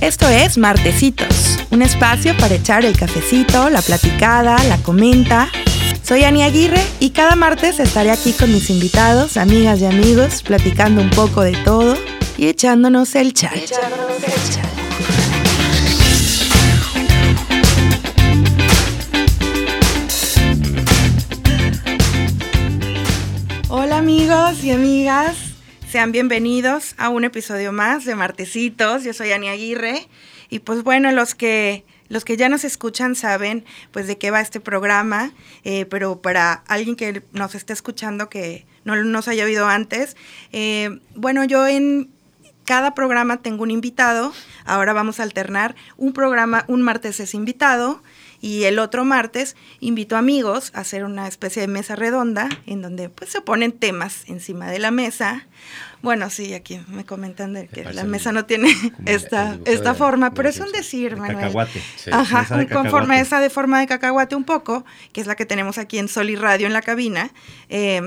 Esto es Martecitos, un espacio para echar el cafecito, la platicada, la comenta. Soy Ani Aguirre y cada martes estaré aquí con mis invitados, amigas y amigos, platicando un poco de todo y echándonos el chal. Hola amigos y amigas, sean bienvenidos a un episodio más de Martecitos. Yo soy Ani Aguirre y pues bueno, los que los que ya nos escuchan saben pues de qué va este programa, eh, pero para alguien que nos esté escuchando que no nos haya oído antes, eh, bueno, yo en cada programa tengo un invitado, ahora vamos a alternar un programa, un martes es invitado, y el otro martes invito amigos a hacer una especie de mesa redonda en donde pues se ponen temas encima de la mesa. Bueno, sí, aquí me comentan de que la mesa no tiene esta, esta forma, pero es un decir, Manuel. Cacahuate. sí, Ajá, mesa de un- conforme cacahuate. a esa de forma de cacahuate un poco, que es la que tenemos aquí en Sol y Radio en la cabina. eh,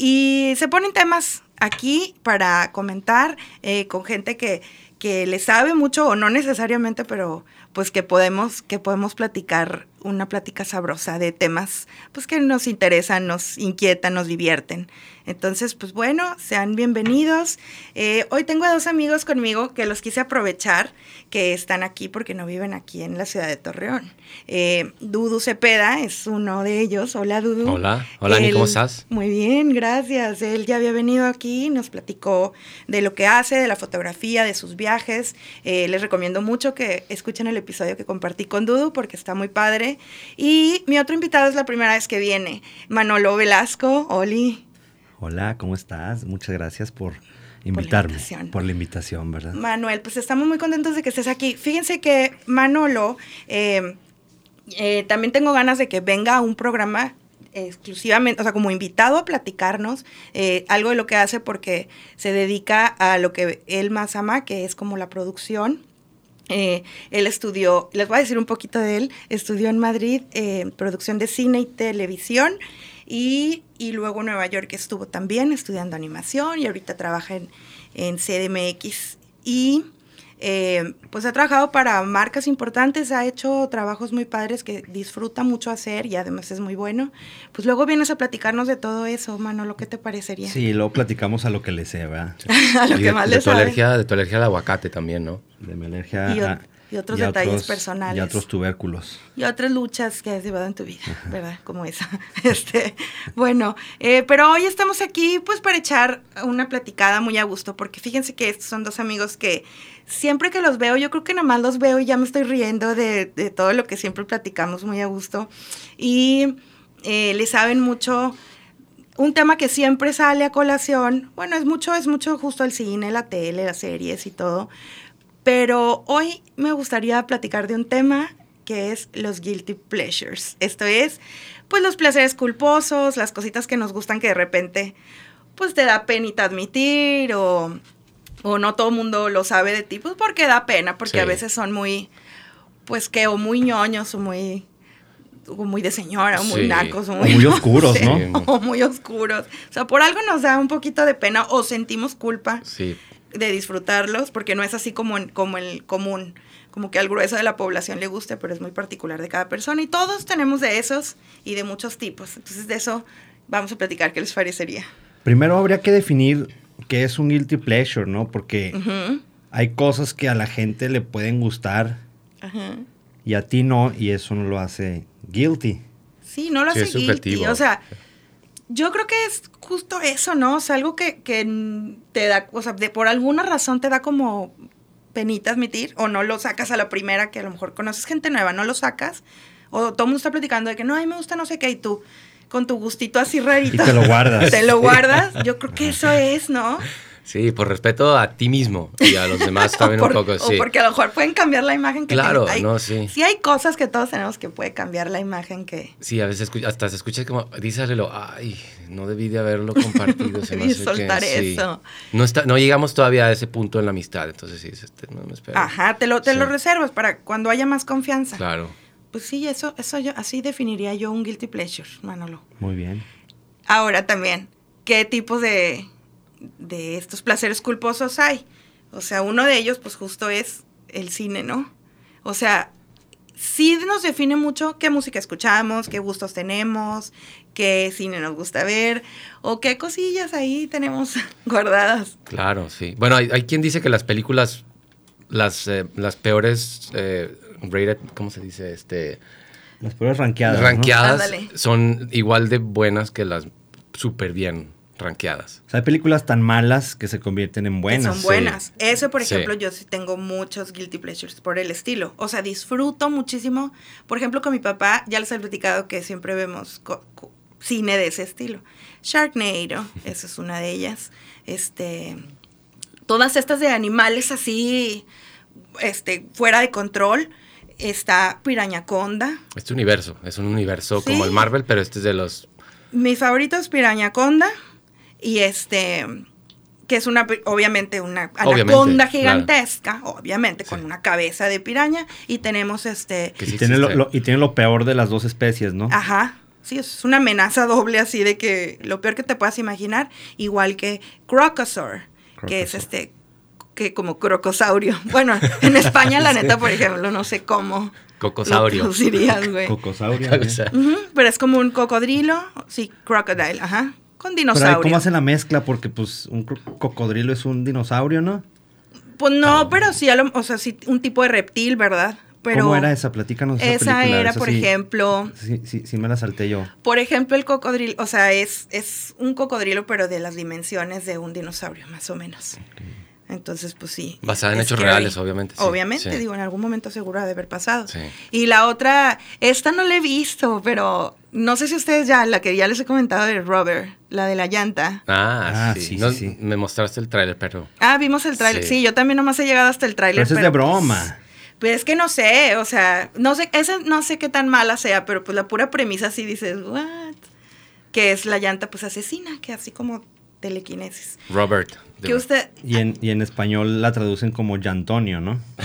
y se ponen temas aquí para comentar eh, con gente que, que le sabe mucho o no necesariamente, pero pues que podemos, que podemos platicar una plática sabrosa de temas pues que nos interesan, nos inquietan, nos divierten. Entonces, pues bueno, sean bienvenidos. Eh, hoy tengo a dos amigos conmigo que los quise aprovechar, que están aquí porque no viven aquí en la ciudad de Torreón. Eh, Dudu Cepeda es uno de ellos. Hola, Dudu. Hola, hola, Ani, ¿cómo Él- estás? Muy bien, gracias. Él ya había venido aquí, nos platicó de lo que hace, de la fotografía, de sus viajes. Eh, les recomiendo mucho que escuchen el episodio que compartí con Dudu porque está muy padre. Y mi otro invitado es la primera vez que viene, Manolo Velasco. Oli, Hola, ¿cómo estás? Muchas gracias por la invitarme. Por invitación. la invitación, ¿verdad? Manuel, pues estamos muy contentos de que estés aquí. Fíjense que Manolo, eh, eh, también tengo ganas de que venga a un programa exclusivamente, o sea, como invitado a platicarnos eh, algo de lo que hace porque se dedica a lo que él más ama, que es como la producción. Eh, él estudió, les voy a decir un poquito de él, estudió en Madrid eh, producción de cine y televisión y, y luego en Nueva York estuvo también estudiando animación y ahorita trabaja en, en CDMX y eh, pues ha trabajado para marcas importantes, ha hecho trabajos muy padres que disfruta mucho hacer y además es muy bueno. Pues luego vienes a platicarnos de todo eso, Manolo, ¿qué te parecería? Sí, luego platicamos a lo que le sé, ¿verdad? a lo Y que de, más de le tu sabe. alergia, de tu alergia al aguacate también, ¿no? De mi alergia Y o- a- y otros detalles personales. Y a otros tubérculos. Y otras luchas que has llevado en tu vida, ¿verdad? Como esa. Este, bueno, eh, pero hoy estamos aquí pues para echar una platicada muy a gusto, porque fíjense que estos son dos amigos que siempre que los veo, yo creo que nada más los veo y ya me estoy riendo de, de todo lo que siempre platicamos muy a gusto. Y eh, le saben mucho un tema que siempre sale a colación. Bueno, es mucho, es mucho justo el cine, la tele, las series y todo. Pero hoy me gustaría platicar de un tema que es los guilty pleasures. Esto es, pues los placeres culposos, las cositas que nos gustan que de repente, pues te da penita admitir o, o no todo el mundo lo sabe de ti, pues porque da pena, porque Sí. a veces son muy, pues que o muy ñoños o muy, o muy de señora, o muy Sí. nacos, o O muy oscuros, sé, ¿no? O muy oscuros. O sea, por algo nos da un poquito de pena o sentimos culpa Sí, de disfrutarlos, porque no es así como, en- como el común, como que al grueso de la población le guste, pero es muy particular de cada persona. Y todos tenemos de esos y de muchos tipos. Entonces, de eso vamos a platicar. ¿Qué les parecería? Primero habría que definir qué es un guilty pleasure, ¿no? Porque Ujú, hay cosas que a la gente le pueden gustar ajá. y a ti no, y eso no lo hace guilty. Sí, no lo Sí, hace es guilty, subjetivo. O sea, yo creo que es justo eso, ¿no? O sea, algo que, que te da, o sea, de- por alguna razón te da como penita admitir, o no lo sacas a la primera, que a lo mejor conoces gente nueva, no lo sacas, o todo el mundo está platicando de que no, a mí me gusta no sé qué, y tú, con tu gustito así rarito. Y te lo guardas. te lo guardas. Yo creo que eso es, ¿no? sí, por respeto a ti mismo y a los demás también o, por- un poco, o sí. porque a lo mejor pueden cambiar la imagen que Claro, tiene- hay- no, sí. Sí hay cosas que todos tenemos que puede cambiar la imagen que... Sí, a veces escu- hasta se escucha como, dice Alelo, ay, no debí de haberlo compartido. se me Debí hace que soltar sí". eso. No, está, no llegamos todavía a ese punto en la amistad, entonces sí, este, no me espero. Ajá, te lo, te Sí. lo reservas para cuando haya más confianza. Claro. Pues sí, eso, eso yo, así definiría yo un guilty pleasure, Manolo. Muy bien. Ahora también, ¿qué tipos de, de estos placeres culposos hay? O sea, uno de ellos, pues justo es el cine, ¿no? O sea, sí nos define mucho qué música escuchamos, qué gustos tenemos, qué cine nos gusta ver o qué cosillas ahí tenemos guardadas. Claro, sí. Bueno, hay, hay quien dice que las películas, las, eh, las peores eh, rated, ¿cómo se dice? Este, Las pruebas ranqueadas. ranqueadas Ándale. son igual de buenas que las súper bien ranqueadas. O sea, hay películas tan malas que se convierten en que buenas. son buenas. Eso, por Sí. ejemplo, yo sí tengo muchos guilty pleasures por el estilo. O sea, disfruto muchísimo. Por ejemplo, con mi papá, ya les he platicado que siempre vemos co- co- cine de ese estilo. Sharknado, esa es una de ellas. Este, todas estas de animales así, este, fuera de control. Está Pirañaconda. Este universo, es un universo Sí. como el Marvel, pero este es de los... Mi favorito es Pirañaconda. Y este. Que es una, pi- obviamente, una Obviamente, anaconda claro. gigantesca, obviamente, con Sí. una cabeza de piraña. Y tenemos este. que Y, sí tiene lo, existe. lo- y tiene lo peor de las dos especies, Ah, ¿no? Ajá. Sí, es una amenaza doble así de que lo peor que te puedas imaginar. Igual que Crocosaur, que es Crocosaur. este. que como crocosaurio. Bueno, en España, la neta, por ejemplo, no sé cómo. Cocosaurio. Lo traducirías, güey. Cocosaurio. O ¿eh? sea, Ujú, pero es como un cocodrilo. Sí, crocodile, ajá. Con Pero ahí, dinosaurio. ¿cómo hacen la mezcla? Porque, pues, un cro- cocodrilo es un dinosaurio, ¿no? Pues no, pero sí, a lo- o sea, sí, un tipo de reptil, ¿verdad? Pero ¿Cómo era esa? Platícanos esa, esa película. era, Esa por sí- ejemplo, Sí, sí, sí me la salté yo. por ejemplo, el cocodrilo, o sea, es, es un cocodrilo, pero de las dimensiones de un dinosaurio, más o menos. Entonces, pues sí. Basada en es hechos scary. reales, obviamente. sí, Obviamente, sí. digo, en algún momento seguro ha de haber pasado. Sí. Y la otra, esta no la he visto, pero no sé si ustedes ya, la que ya les he comentado de Robert, la de la llanta. Ah, Ah, sí. sí, No, sí, sí. Me mostraste el tráiler, pero... Ah, vimos el tráiler. Sí. Sí. yo también nomás he llegado hasta el Pero tráiler. eso es de pero, pues, broma. Pues es que no sé, o sea, no sé, esa no sé qué tan mala sea, pero pues la pura premisa sí dices, what? Que es la llanta pues asesina, que así como telequinesis. Robert. que digo, usted, Y en, y en español la traducen como Yantonio, ¿no?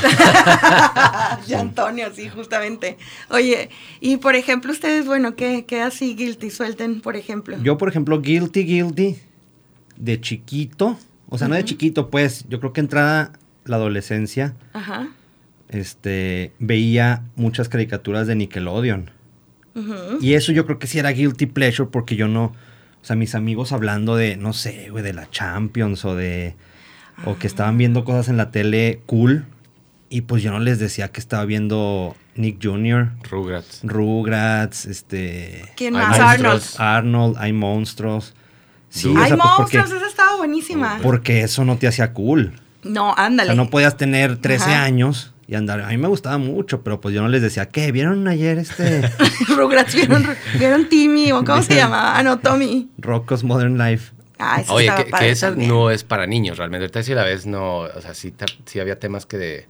ya Antonio, sí, justamente. Oye, y por ejemplo, ustedes, bueno, ¿qué, qué así guilty suelten, por ejemplo? Yo, por ejemplo, Guilty Guilty, de chiquito, o sea, no de Ujú. chiquito, pues, yo creo que entrada la adolescencia, Ajá. este, veía muchas caricaturas de Nickelodeon. ujú. Y eso yo creo que sí era guilty pleasure porque yo no, o sea, mis amigos hablando de, no sé, güey, de la Champions o de, o Ah. que estaban viendo cosas en la tele cool y pues yo no les decía que estaba viendo Nick Jr., Rugrats. Rugrats, este, ¿Quién Hay más? Arnold. monstruos. Arnold, hay monstruos. Sí, Dude. o Ay, sea, pues, porque- monstruos, esa estaba buenísima. porque eso no te hacía cool. No, O ándale. sea, no podías tener 13 Ajá. años y andar. A mí me gustaba mucho, pero pues yo no les decía, ¿qué? ¿Vieron ayer este Rugrats, ¿vieron, vieron Timmy o cómo se llamaba? Ah, no, Tommy. Rocco's Modern Life? Ah, esa Oye, estaba que, padre que esa también. no es para niños, realmente. Ahorita si la ves, no... O sea, sí, ta- sí había temas que de...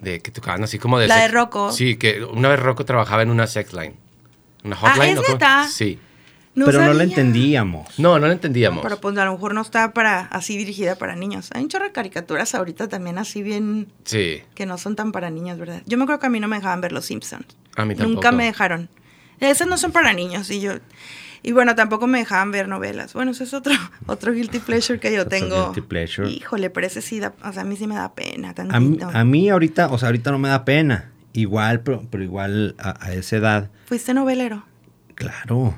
de que tocaban así como de... La de sex- Rocco. Sí, que una vez Rocco trabajaba en una sex line. Una Ah, hotline. ¿es ¿o cómo? neta? Sí. pero no la sabía. entendíamos. No, no lo entendíamos. Pero pues a lo mejor no está para así dirigida para niños. Hay un chorro de caricaturas ahorita también así bien Sí. que no son tan para niños, ¿verdad? Yo me acuerdo que a mí no me dejaban ver Los Simpsons. A mí tampoco. Nunca me dejaron. Esas no son para niños y yo y bueno, tampoco me dejaban ver novelas. Bueno, eso es otro otro guilty pleasure que yo Otro tengo. guilty pleasure. Híjole, pero ese sí da, o sea, a mí sí me da pena A mí, tantito. a mí ahorita, o sea, ahorita no me da pena. Igual, pero, pero igual a, a esa edad, ¿Fuiste novelero? claro.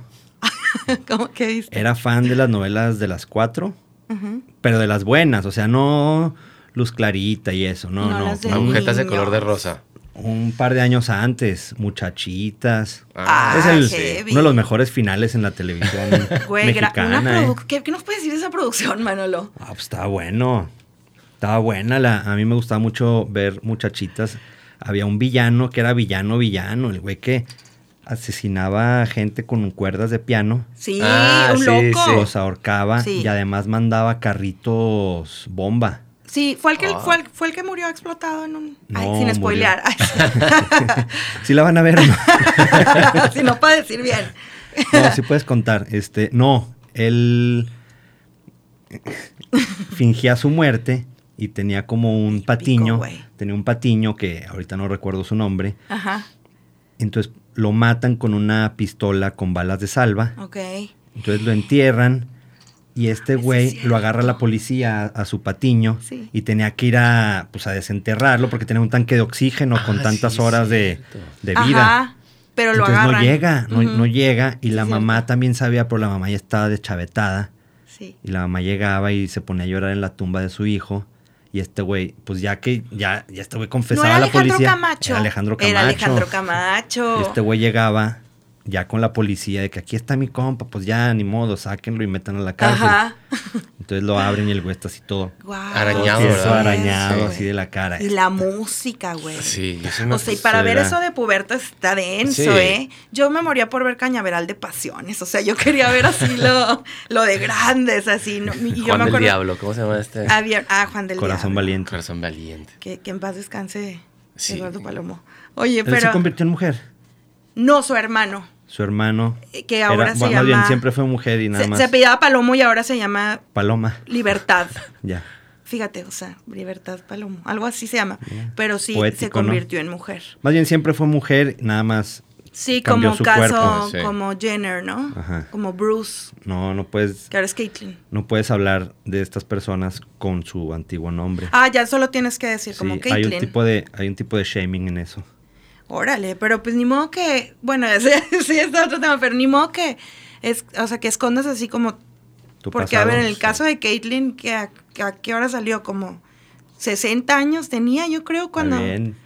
¿Cómo que viste? Era fan de las novelas de las cuatro, Ujú. pero de las buenas. O sea, no Luz Clarita y eso, no, No, no. las de- un, Agujetas de color de niños. rosa. un par de años antes, Muchachitas. Ah, es el- sí. uno de los mejores finales en la televisión Güey, gra- una mexicana. ¿eh? produ- ¿Qué, ¿Qué nos puedes decir de esa producción, Manolo? Ah, pues estaba bueno. Estaba buena. La, a mí me gustaba mucho ver muchachitas. Había un villano que era villano, villano. El güey que asesinaba a gente con cuerdas de piano. Sí, Ah, un sí, loco. sí. Los ahorcaba Sí. y además mandaba carritos bomba. Sí, fue el que, Ah. fue, el, fue el que murió explotado en un... Ay, No, sin murió. spoilear. Ay, ¿Sí la van a ver o no? si no para decir bien. No, sí puedes contar. Este, no, él fingía su muerte y tenía como un patiño. güey. tenía un patiño que ahorita no recuerdo su nombre. Ajá, Entonces lo matan con una pistola con balas de salva. ok. Entonces lo entierran Y este güey lo agarra la policía a, a su patiño Sí. y tenía que ir a, pues, a desenterrarlo porque tenía un tanque de oxígeno con Ah, tantas sí, horas de, cierto. de vida. Ajá, pero lo Entonces agarran. no llega, no, Ujú, no llega. Y la es mamá cierto. también sabía, pero la mamá ya estaba deschavetada. Sí. Y la mamá llegaba y se ponía a llorar en la tumba de su hijo. Y este güey, pues ya que ya, ya este güey No confesaba era a la Alejandro policía. Camacho. Era Alejandro Camacho. Era Alejandro Camacho. Y este güey llegaba ya con la policía de que aquí está mi compa, pues ya ni modo, sáquenlo y metan a la cárcel. Ajá. Entonces lo abren y el güey está así todo. Guau. Arañado, ¿verdad? todo tieso, Sí, arañado, güey. así de la cara. Y la música, güey. Sí, yo sí me- O sea, y para pues, sí, ver era- eso de pubertas está denso, Sí. ¿eh? Yo me moría por ver Cañaveral de Pasiones. O sea, yo quería ver así lo, lo de grandes, así. ¿no? Y yo Juan me del acuerdo. Diablo, ¿cómo se llama este? había- ah, Juan del Corazón Diablo. valiente. Corazón valiente. Que, que en paz descanse Sí. Eduardo Palomo. Oye, Él se pero. convirtió en mujer. No, su hermano. Su hermano. Eh, que ahora se bueno, más bien llama- siempre fue mujer y nada Se, más. se apellidaba Palomo y ahora se llama Paloma. Libertad. Ya. Fíjate, o sea, Libertad Palomo. Algo así se llama. Mira, Pero sí se poético, ¿no? convirtió en mujer. Más bien siempre fue mujer, nada más. Sí, cambió como su caso, cuerpo. sí. como Jenner, ¿no? Ajá. Como Bruce, No, no puedes, que ahora es Caitlyn. no puedes hablar de estas personas con su antiguo nombre. Ah, ya solo tienes que decir como Sí, hay un Caitlyn. tipo de, hay un tipo de shaming en eso. Órale, pero pues ni modo que, bueno, ese, sí es otro tema, pero ni modo que es, o sea, que escondas así como Tu porque a pasado, ver, en el sí. caso de Caitlyn, que a, que a qué hora salió como 60 años tenía, yo creo Está cuando bien.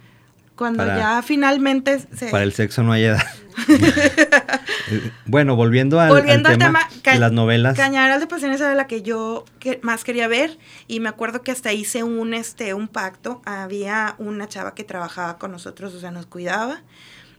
cuando Para- ya finalmente se Para el sexo no hay edad. Eh, bueno, volviendo al, al Volviendo al tema, tema, ca- de las novelas. Cañaveral de Pasiones era la que yo que más quería ver y me acuerdo que hasta hice un este un pacto, había una chava que trabajaba con nosotros, o sea, nos cuidaba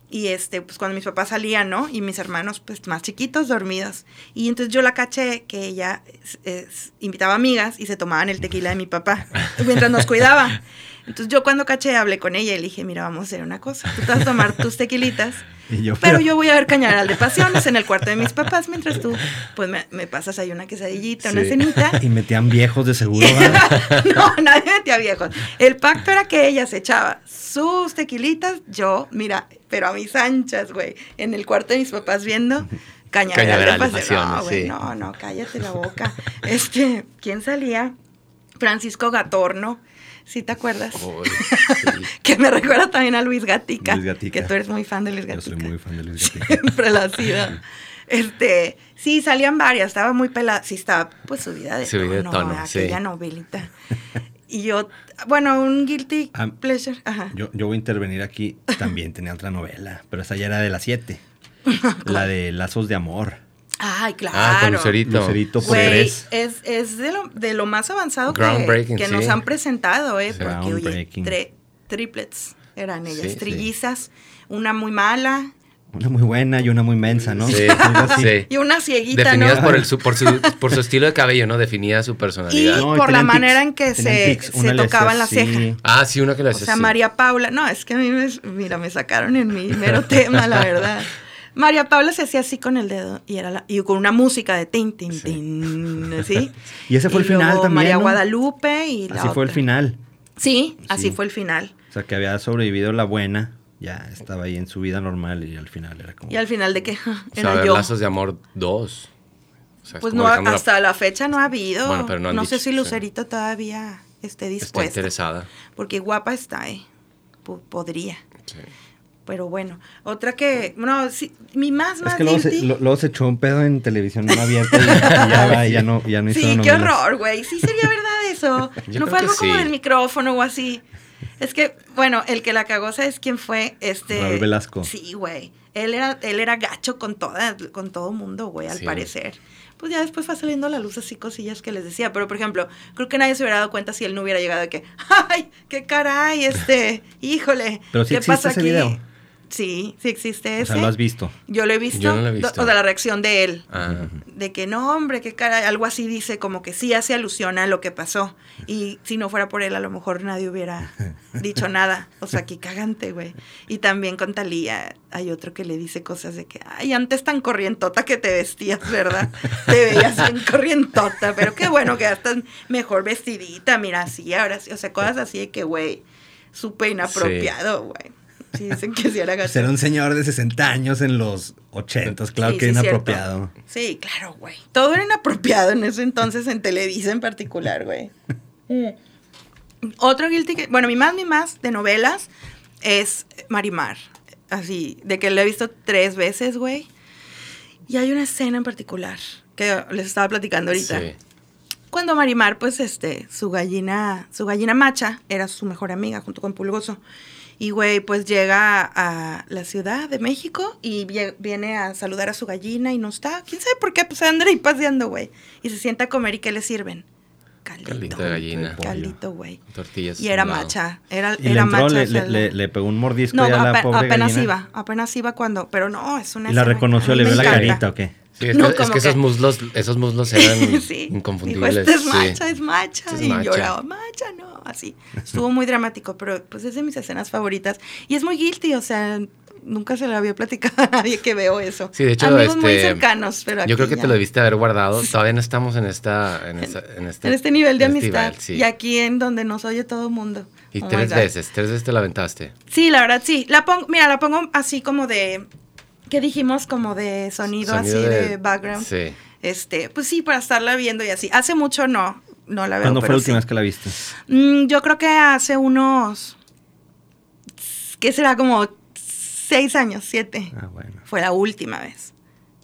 y este pues cuando mis papás salían, ¿no? Y mis hermanos pues más chiquitos dormidos. Y entonces yo la caché que ella es- es- invitaba amigas y se tomaban el tequila de mi papá mientras nos cuidaba. Entonces yo cuando caché hablé con ella y le dije, "Mira, vamos a hacer una cosa. Tú te vas a tomar tus tequilitas y yo, pero yo voy a ver Cañaveral de Pasiones en el cuarto de mis papás, mientras tú, pues me, me pasas ahí una quesadillita, una Sí. cenita. Y metían viejos de seguro. ¿verdad? no, nadie metía viejos. El pacto era que ella se echaba sus tequilitas, yo, mira, pero a mis anchas, güey, en el cuarto de mis papás viendo Cañaveral, Cañaveral de de Pasiones. No, Pasiones, güey, sí. no, no, cállate la boca. Este, ¿quién salía? Francisco Gatorno, ¿sí te acuerdas? Oh, sí. Que me recuerda también a Luis Gatica, Luis Gatica. que tú eres muy fan de Luis Yo Gatica soy muy fan de Luis Gatica. siempre la sido. Este, sí, salían varias, estaba muy pelada, sí estaba pues subida de Subida de tono, tono, sí. aquella novelita. Y yo, bueno, un guilty Am- pleasure, ajá. Ah, Yo, yo voy a intervenir aquí. También tenía otra novela, pero esa ya era de las siete. la de Lazos de Amor. Ay, claro. Ah, con Lucerito. pues, Lucerito por Güey, tres. es, es de, lo, de lo más avanzado que, Groundbreaking, que nos sí. han presentado, ¿eh? Porque, oye, Groundbreaking. tre- triplets eran ellas, Sí, sí. trillizas, una muy mala Una muy buena y una muy mensa, ¿no? Sí, Algo así. sí. y una cieguita, Definidas ¿no? por, el, su- por, su, por su estilo de cabello, ¿no? Definida su personalidad. Y No, por la tenían tics, manera en que tenían se- tics, se una le hacía tocaban las así. cejas. Ah, sí, una que le O hace sea, así. María Paula, no, es que a mí me, mira, me sacaron en mi mero tema, la verdad. María Paula se hacía así con el dedo y era la- y con una música de tin tin Sí. tin, así. Y ese fue el final luego también, María ¿no? Guadalupe y la Así fue el otra. final. Sí, así Sí. fue el final. O sea, que había sobrevivido la buena. Ya estaba ahí en su vida normal y al final era como. Y al final de que O sea, a era ver, yo. Lazos de Amor 2. O sea, es Pues como no Alejandra hasta la... fecha no ha habido. Bueno, pero no han sé dicho, si sí. Lucerito todavía esté Está dispuesta, interesada. porque guapa está, eh. Po- podría. Sí. Pero bueno, otra que no, sí, mi más más Es que luego se, guilty- lo- luego se echó un pedo en televisión no abierta y, y ya, va, y ya no, ya no hizo Sí, qué novelas. horror, güey. Sí, sería verdad eso. Yo no creo fue que algo como sí. del micrófono o así. Es que, bueno, el que la cagó, ¿sabes quién fue? Este. Raúl Velasco. Sí, güey. Él era, él era gacho con toda, con todo mundo, güey, al Sí. parecer. Pues ya después fue saliendo a la luz así cosillas que les decía. Pero, por ejemplo, creo que nadie se hubiera dado cuenta si él no hubiera llegado de que, ¡ay! ¡Qué caray! Este, híjole. Pero sí ¿Qué existe pasa ese aquí? video. Sí, sí existe O ese. sea, lo has visto. Yo lo he visto. Yo no lo he do- visto. O sea, la reacción de él Ah, de que no, hombre, qué cara, algo así dice, como que sí hace alusión a lo que pasó. Y si no fuera por él, a lo mejor nadie hubiera dicho nada. O sea, qué cagante, güey. Y también con Talía hay otro que le dice cosas de que, ay, antes tan corrientota que te vestías, ¿verdad? Te veías bien corrientota, pero qué bueno que ya estás mejor vestidita, mira, así, ahora sí. O sea, cosas así de que, güey, súper inapropiado, güey. Sí, dicen que sí era gato. Ser un señor de 60 años en los 80, pues claro Sí, que sí, es es cierto. inapropiado. Sí, claro, güey. Todo era inapropiado en ese entonces, en Televisa en particular, güey. Eh, Otro guilty, que- bueno, mi más, mi más de novelas es Marimar. Así, de que lo he visto tres veces, güey. Y hay una escena en particular que les estaba platicando ahorita. Sí. Cuando Marimar, pues, este, su gallina, su gallina macha era su mejor amiga junto con Pulgoso. Y, güey, pues llega a la Ciudad de México y vie- viene a saludar a su gallina y no está. ¿Quién sabe por qué? Pues anda ahí paseando, güey. Y se sienta a comer y ¿qué le sirven? Caldito. Caldito de gallina. Caldito, güey. Tortillas. Y era no. macha. Era, Y le era entró, macha. le, o sea, le- le- le pegó un mordisco no, ya a la ape- pobre apenas gallina. iba, apenas iba cuando, pero no, es una Y la escena que reconoció, a mí le me vio la encanta. carita, ¿o qué? Sí, es, No, que, es como que esos que- muslos, esos muslos eran sí. inconfundibles. Dijo, "Esta es sí. macha, es macha. Esta es y macha. lloraba, macha, no, así. Estuvo muy dramático, pero pues es de mis escenas favoritas. Y es muy guilty, o sea, nunca se le había platicado a nadie que veo eso. Sí, de hecho, Amigos muy este, cercanos, pero aquí Yo creo que ya. te lo debiste haber guardado. Todavía no estamos en esta, en esta- en este, En este nivel de en este amistad. nivel, sí. Y aquí en donde nos oye todo el mundo. Y Oh my tres God. veces, tres veces te la aventaste. Sí, la verdad, sí. La pongo, mira, la pongo así como de, ¿qué dijimos? Como de sonido, Sonido así de, background. Sí. Este, pues sí, para estarla viendo y así. Hace mucho no, no la veo. ¿Cuándo fue pero la última sí. vez que la viste? Mm, yo creo que hace unos. ¿Qué será? Como seis años, siete. Ah, bueno. Fue la última vez.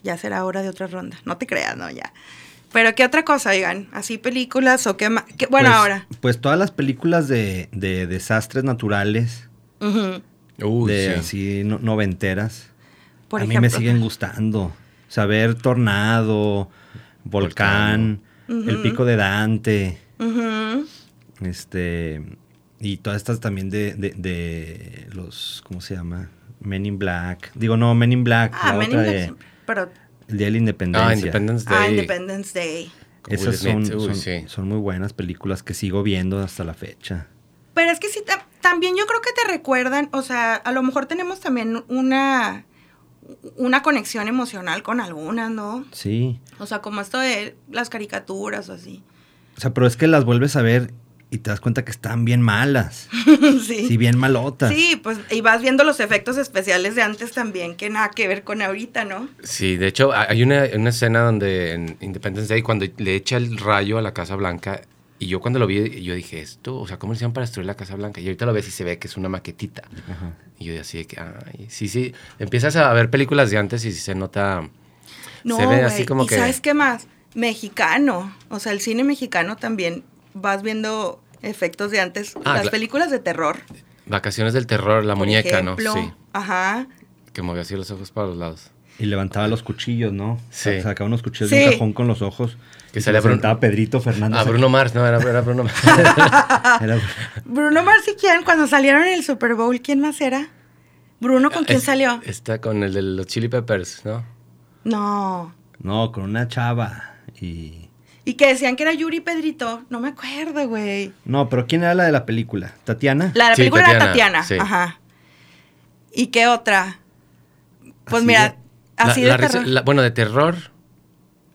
Ya será hora de otra ronda. No te creas, no, ya. Pero ¿qué otra cosa, digan? ¿Así películas o qué más? Bueno, Pues- ahora. Pues todas las películas de, de desastres naturales, Ujú. Uy, de sí. así no- noventeras, Por a mí ejemplo. me siguen gustando. O sea, ver Tornado, Volcán, Volcán. El Ujú. Pico de Dante, Ujú. este... Y todas estas también de, de- de los... ¿Cómo se llama? Men in Black. Digo, no, Men in Black. Ah, la Men in otra Black de- siempre. Pero. El Día de la Independencia. Ah, Independence Day. Ah, Independence Day. con Will Esas son, Smith. Uy, son- sí. son muy buenas películas que sigo viendo hasta la fecha. Pero es que sí, ta- también yo creo que te recuerdan, o sea, a lo mejor tenemos también una, una conexión emocional con algunas, ¿no? Sí. O sea, como esto de las caricaturas o así. O sea, pero es que las vuelves a ver y te das cuenta que están bien malas. sí. Sí, bien malotas. Sí, pues y vas viendo los efectos especiales de antes también, que nada que ver con ahorita, ¿no? Sí, de hecho, ha- hay una, una escena donde en Independence Day, cuando le echa el rayo a la Casa Blanca, y yo cuando lo vi, yo dije, esto, o sea, ¿cómo le hicieron para destruir la Casa Blanca? Y ahorita lo ves y se ve que es una maquetita. Ajá. Y yo así de que, ay, sí, sí. Empiezas a ver películas de antes y sí se nota. No, Se ve así güey, como ¿Y que- sabes qué más? Mexicano. O sea, el cine mexicano también vas viendo efectos de antes. Ah, las cla- películas de terror. Vacaciones del terror, la por muñeca, ejemplo. ¿no? Sí. Ajá. Que movió así los ojos para los lados. Y levantaba los cuchillos, ¿no? Sí. Sacaba unos cuchillos Sí. de un cajón con los ojos. Que Y se salía los Bruno- aventaba Pedrito Fernández. Ah, Bruno Mars, no, era, era Bruno Mars. Era- Bruno Mars y quién, cuando salieron en el Super Bowl, ¿quién más era? Bruno, ¿con quién Ah, Es- salió? Está con el de los Chili Peppers, ¿no? No. No, con una chava. Y. Y que decían que era Yuri Pedrito. No me acuerdo, güey. No, pero ¿quién era la de la película? ¿Tatiana? La, de la Sí, película era Tatiana, Tatiana. sí. Ajá. ¿Y qué otra? Pues Así mira, de- así La- la de risa- terror. la- bueno, de terror.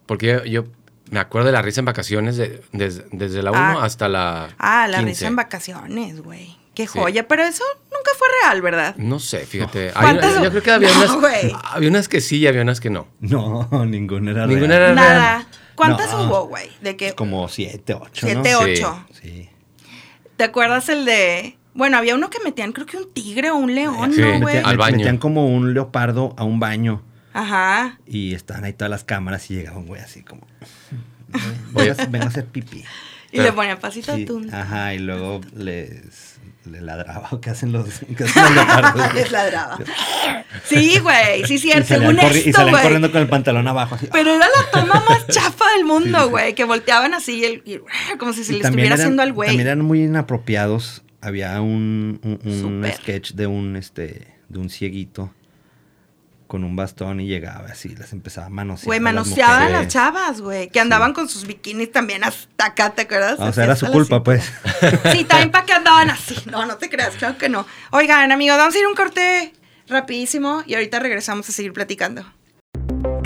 Porque yo, yo me acuerdo de la risa en vacaciones de- desde, desde la 1 Ah. hasta la. ah, la 15. risa en vacaciones, güey. Qué Sí. joya. Pero eso nunca fue real, ¿verdad? No sé, fíjate. No. Hay una- ¿Cuántas- yo creo que había, No, unas, güey. había unas que sí y había unas que no. No, ninguna era Ninguna real. era- Nada. ¿Cuántas No. hubo, güey? De que Como siete, ocho, ¿no? siete, Sí. ocho. Sí. ¿Te acuerdas el de? Bueno, había uno que metían, creo que un tigre o un león, Sí. ¿no, güey? Metían, Al baño. metían como un leopardo a un baño. Ajá. Y estaban ahí todas las cámaras y llegaba un güey así como. Oye. Vengo a- vengo a hacer pipí. Y Pero- le ponían pasito Sí, ah, atún. ajá, y luego les, le ladraba o qué hacen los, qué hacen los leopardos. Les ladraba. Sí, güey, sí, Y cierto. salían, Según corri- y esto, güey. salían Pues, corriendo con el pantalón abajo. Así. Pero era la toma más chafa del mundo, güey. Que volteaban así y, el- y- como si se Y le también estuviera eran- haciendo al güey. También eran muy inapropiados. Había un, un- un Súper. sketch de un, este, de un cieguito con un bastón y llegaba así, las empezaba a manosear. Güey, a las manoseaban a mujeres. las chavas, güey. Que andaban con sus bikinis también hasta acá, ¿te acuerdas? Ah, O Así sea, era hasta su la culpa, cintura. pues. Sí, también para que andaban así. No, no te creas, claro que no. Oigan, amigos, vamos a ir a un corte rapidísimo y ahorita regresamos a seguir platicando.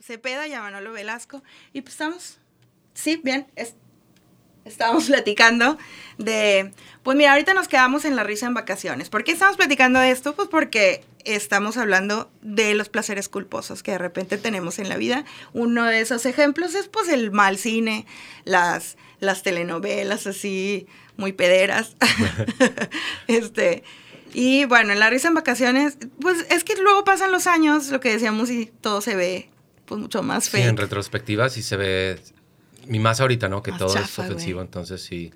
Cepeda y a Manolo Velasco. Y pues estamos, sí, bien, es, estábamos platicando de, pues mira, ahorita nos quedamos en la risa en vacaciones. ¿Por qué estamos platicando de esto? Pues porque estamos hablando de los placeres culposos que de repente tenemos en la vida. Uno de esos ejemplos es pues el mal cine, las, las telenovelas así muy pederas. este... Y bueno, en la risa en vacaciones, pues es que luego pasan los años, lo que decíamos, y todo se ve pues mucho más feo. Sí, en retrospectiva sí se ve, mi más ahorita, ¿no? Que más todo chafa, es ofensivo, wey. entonces sí.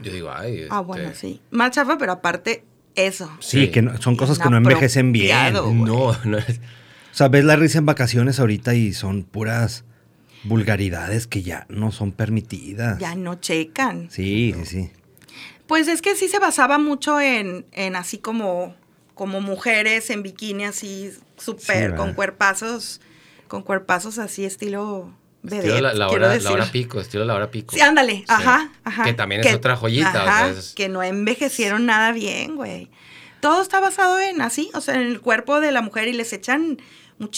Yo digo, ay. Ah, este... bueno, sí. Más chafa, pero aparte eso. Sí, sí. que no, son cosas que no envejecen bien. Wey. No, no es... O sea, ves la risa en vacaciones ahorita y son puras vulgaridades que ya no son permitidas. Ya no checan. Sí, no. sí, sí. Pues es que sí se basaba mucho en, en así como, como mujeres en bikini así súper sí, con cuerpazos con cuerpazos así estilo vedette, estilo la, la, hora, decir. la, hora, pico, estilo la hora pico. Sí, ándale, sí. ajá, ajá. Que también que, es otra joyita. Ajá, o sea, es... Que no envejecieron nada bien, güey. Todo está basado en así, o sea, en el cuerpo de la mujer y les echan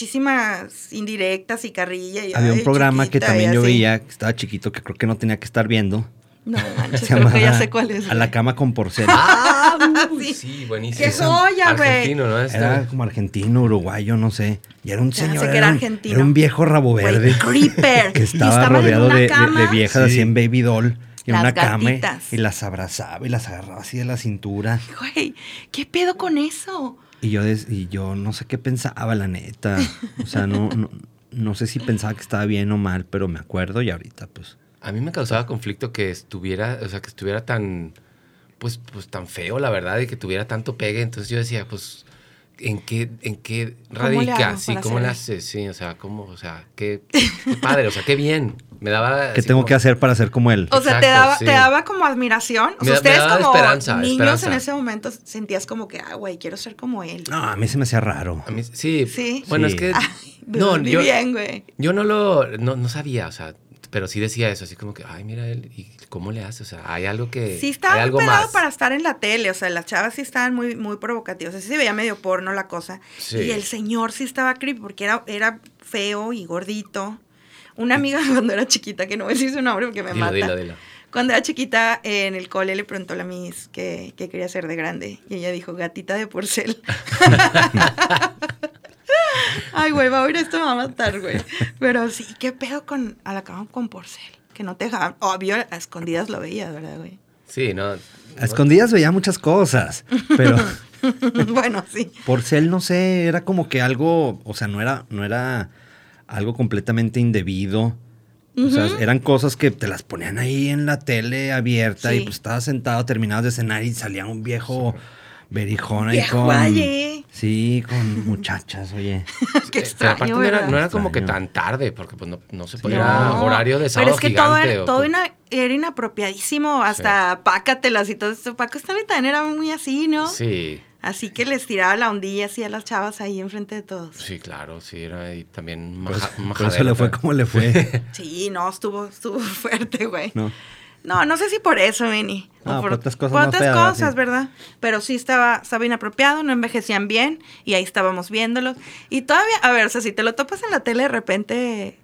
muchísimas indirectas y carrilla. Y, Había un programa que también yo veía, que estaba chiquito, que creo que no tenía que estar viendo. No, manches, creo que ya sé cuál es. A la cama con porcelana. Ah, sí. sí, buenísimo. Qué joya, güey. Argentino, ¿no? Este. Era como argentino, uruguayo, no sé. Y era un ya señor. Que era, era, argentino. Un, era un viejo rabo verde. creeper. Que estaba, estaba rodeado de, de, de, viejas sí. así en baby doll. Y en las una gatitas. cama. Y las abrazaba y las agarraba así de la cintura. Güey, ¿qué pedo con eso? Y yo, des, y yo no sé qué pensaba, la neta. O sea, no, no, no sé si pensaba que estaba bien o mal, pero me acuerdo y ahorita, pues. A mí me causaba conflicto que estuviera, o sea, que estuviera tan, pues, pues tan feo, la verdad, y que tuviera tanto pegue. Entonces yo decía, pues, ¿en qué, en qué radica? ¿Cómo sí, ¿cómo le haces? Sí, o sea, ¿cómo? O sea, qué, qué padre, o sea, qué bien. Me daba. ¿Qué tengo Ah, como... que hacer para ser como él? O sea, Exacto, te, daba, sí. te daba como admiración. O sea, me, ustedes me daba como esperanza, niños esperanza. en ese momento sentías como que, ah, güey, quiero ser como él. No, a mí se me hacía raro. A mí, sí. Sí. Bueno, Sí. es que. Ay, no, muy yo, bien, güey. yo no lo. No, no sabía, o sea pero sí decía eso, así como que, ay, mira él, ¿y cómo le hace? O sea, hay algo que. Sí, estaba hay muy algo pelado más. para estar en la tele, o sea, las chavas sí estaban muy, muy provocativas, así se veía medio porno la cosa. Sí. Y el señor sí estaba creepy porque era, era feo y gordito. Una amiga cuando era chiquita, que no voy a decir su nombre porque me Dilo, mata. dilo, dilo. Cuando era chiquita eh, en el cole le preguntó a la Miss que, que quería ser de grande y ella dijo gatita de porcel. Ay, güey, va a oír esto, me va a matar, güey. Pero sí, ¿qué pedo con a la cama con porcel? Que no te dejaban. Obvio, a escondidas lo veías, ¿verdad, güey? Sí, no. A escondidas veía muchas cosas, pero bueno, sí. Porcel, no sé, era como que algo, o sea, no era, no era algo completamente indebido. O sea, eran cosas que te las ponían ahí en la tele abierta Sí. y pues estabas sentado, terminabas de cenar y salía un viejo berijona y Viejo, con. oye. Sí, con muchachas, oye. Qué Eh, pero aparte extraño, no era, ¿verdad? no era como que Extraño. tan tarde, porque pues no, no se podía. No, era horario de Pero sábado es que todo, gigante, era, o todo con- ina- era inapropiadísimo, hasta pácatelas y todo esto. Paco Stanley también era muy así, ¿no? Sí, Así que les tiraba la ondilla así a las chavas ahí enfrente de todos. sí, claro, sí, era y también Por Pues, maja, eso, por majadero, eso le fue pero- como le fue. Sí, no, estuvo, estuvo fuerte, güey. No. No, no sé si por eso, Benny. Ah, O por otras cosas más otras feas, cosas, sí. ¿verdad? Pero sí estaba, estaba inapropiado, no envejecían bien y ahí estábamos viéndolos. Y todavía, a ver, o sea, si te lo topas en la tele de repente,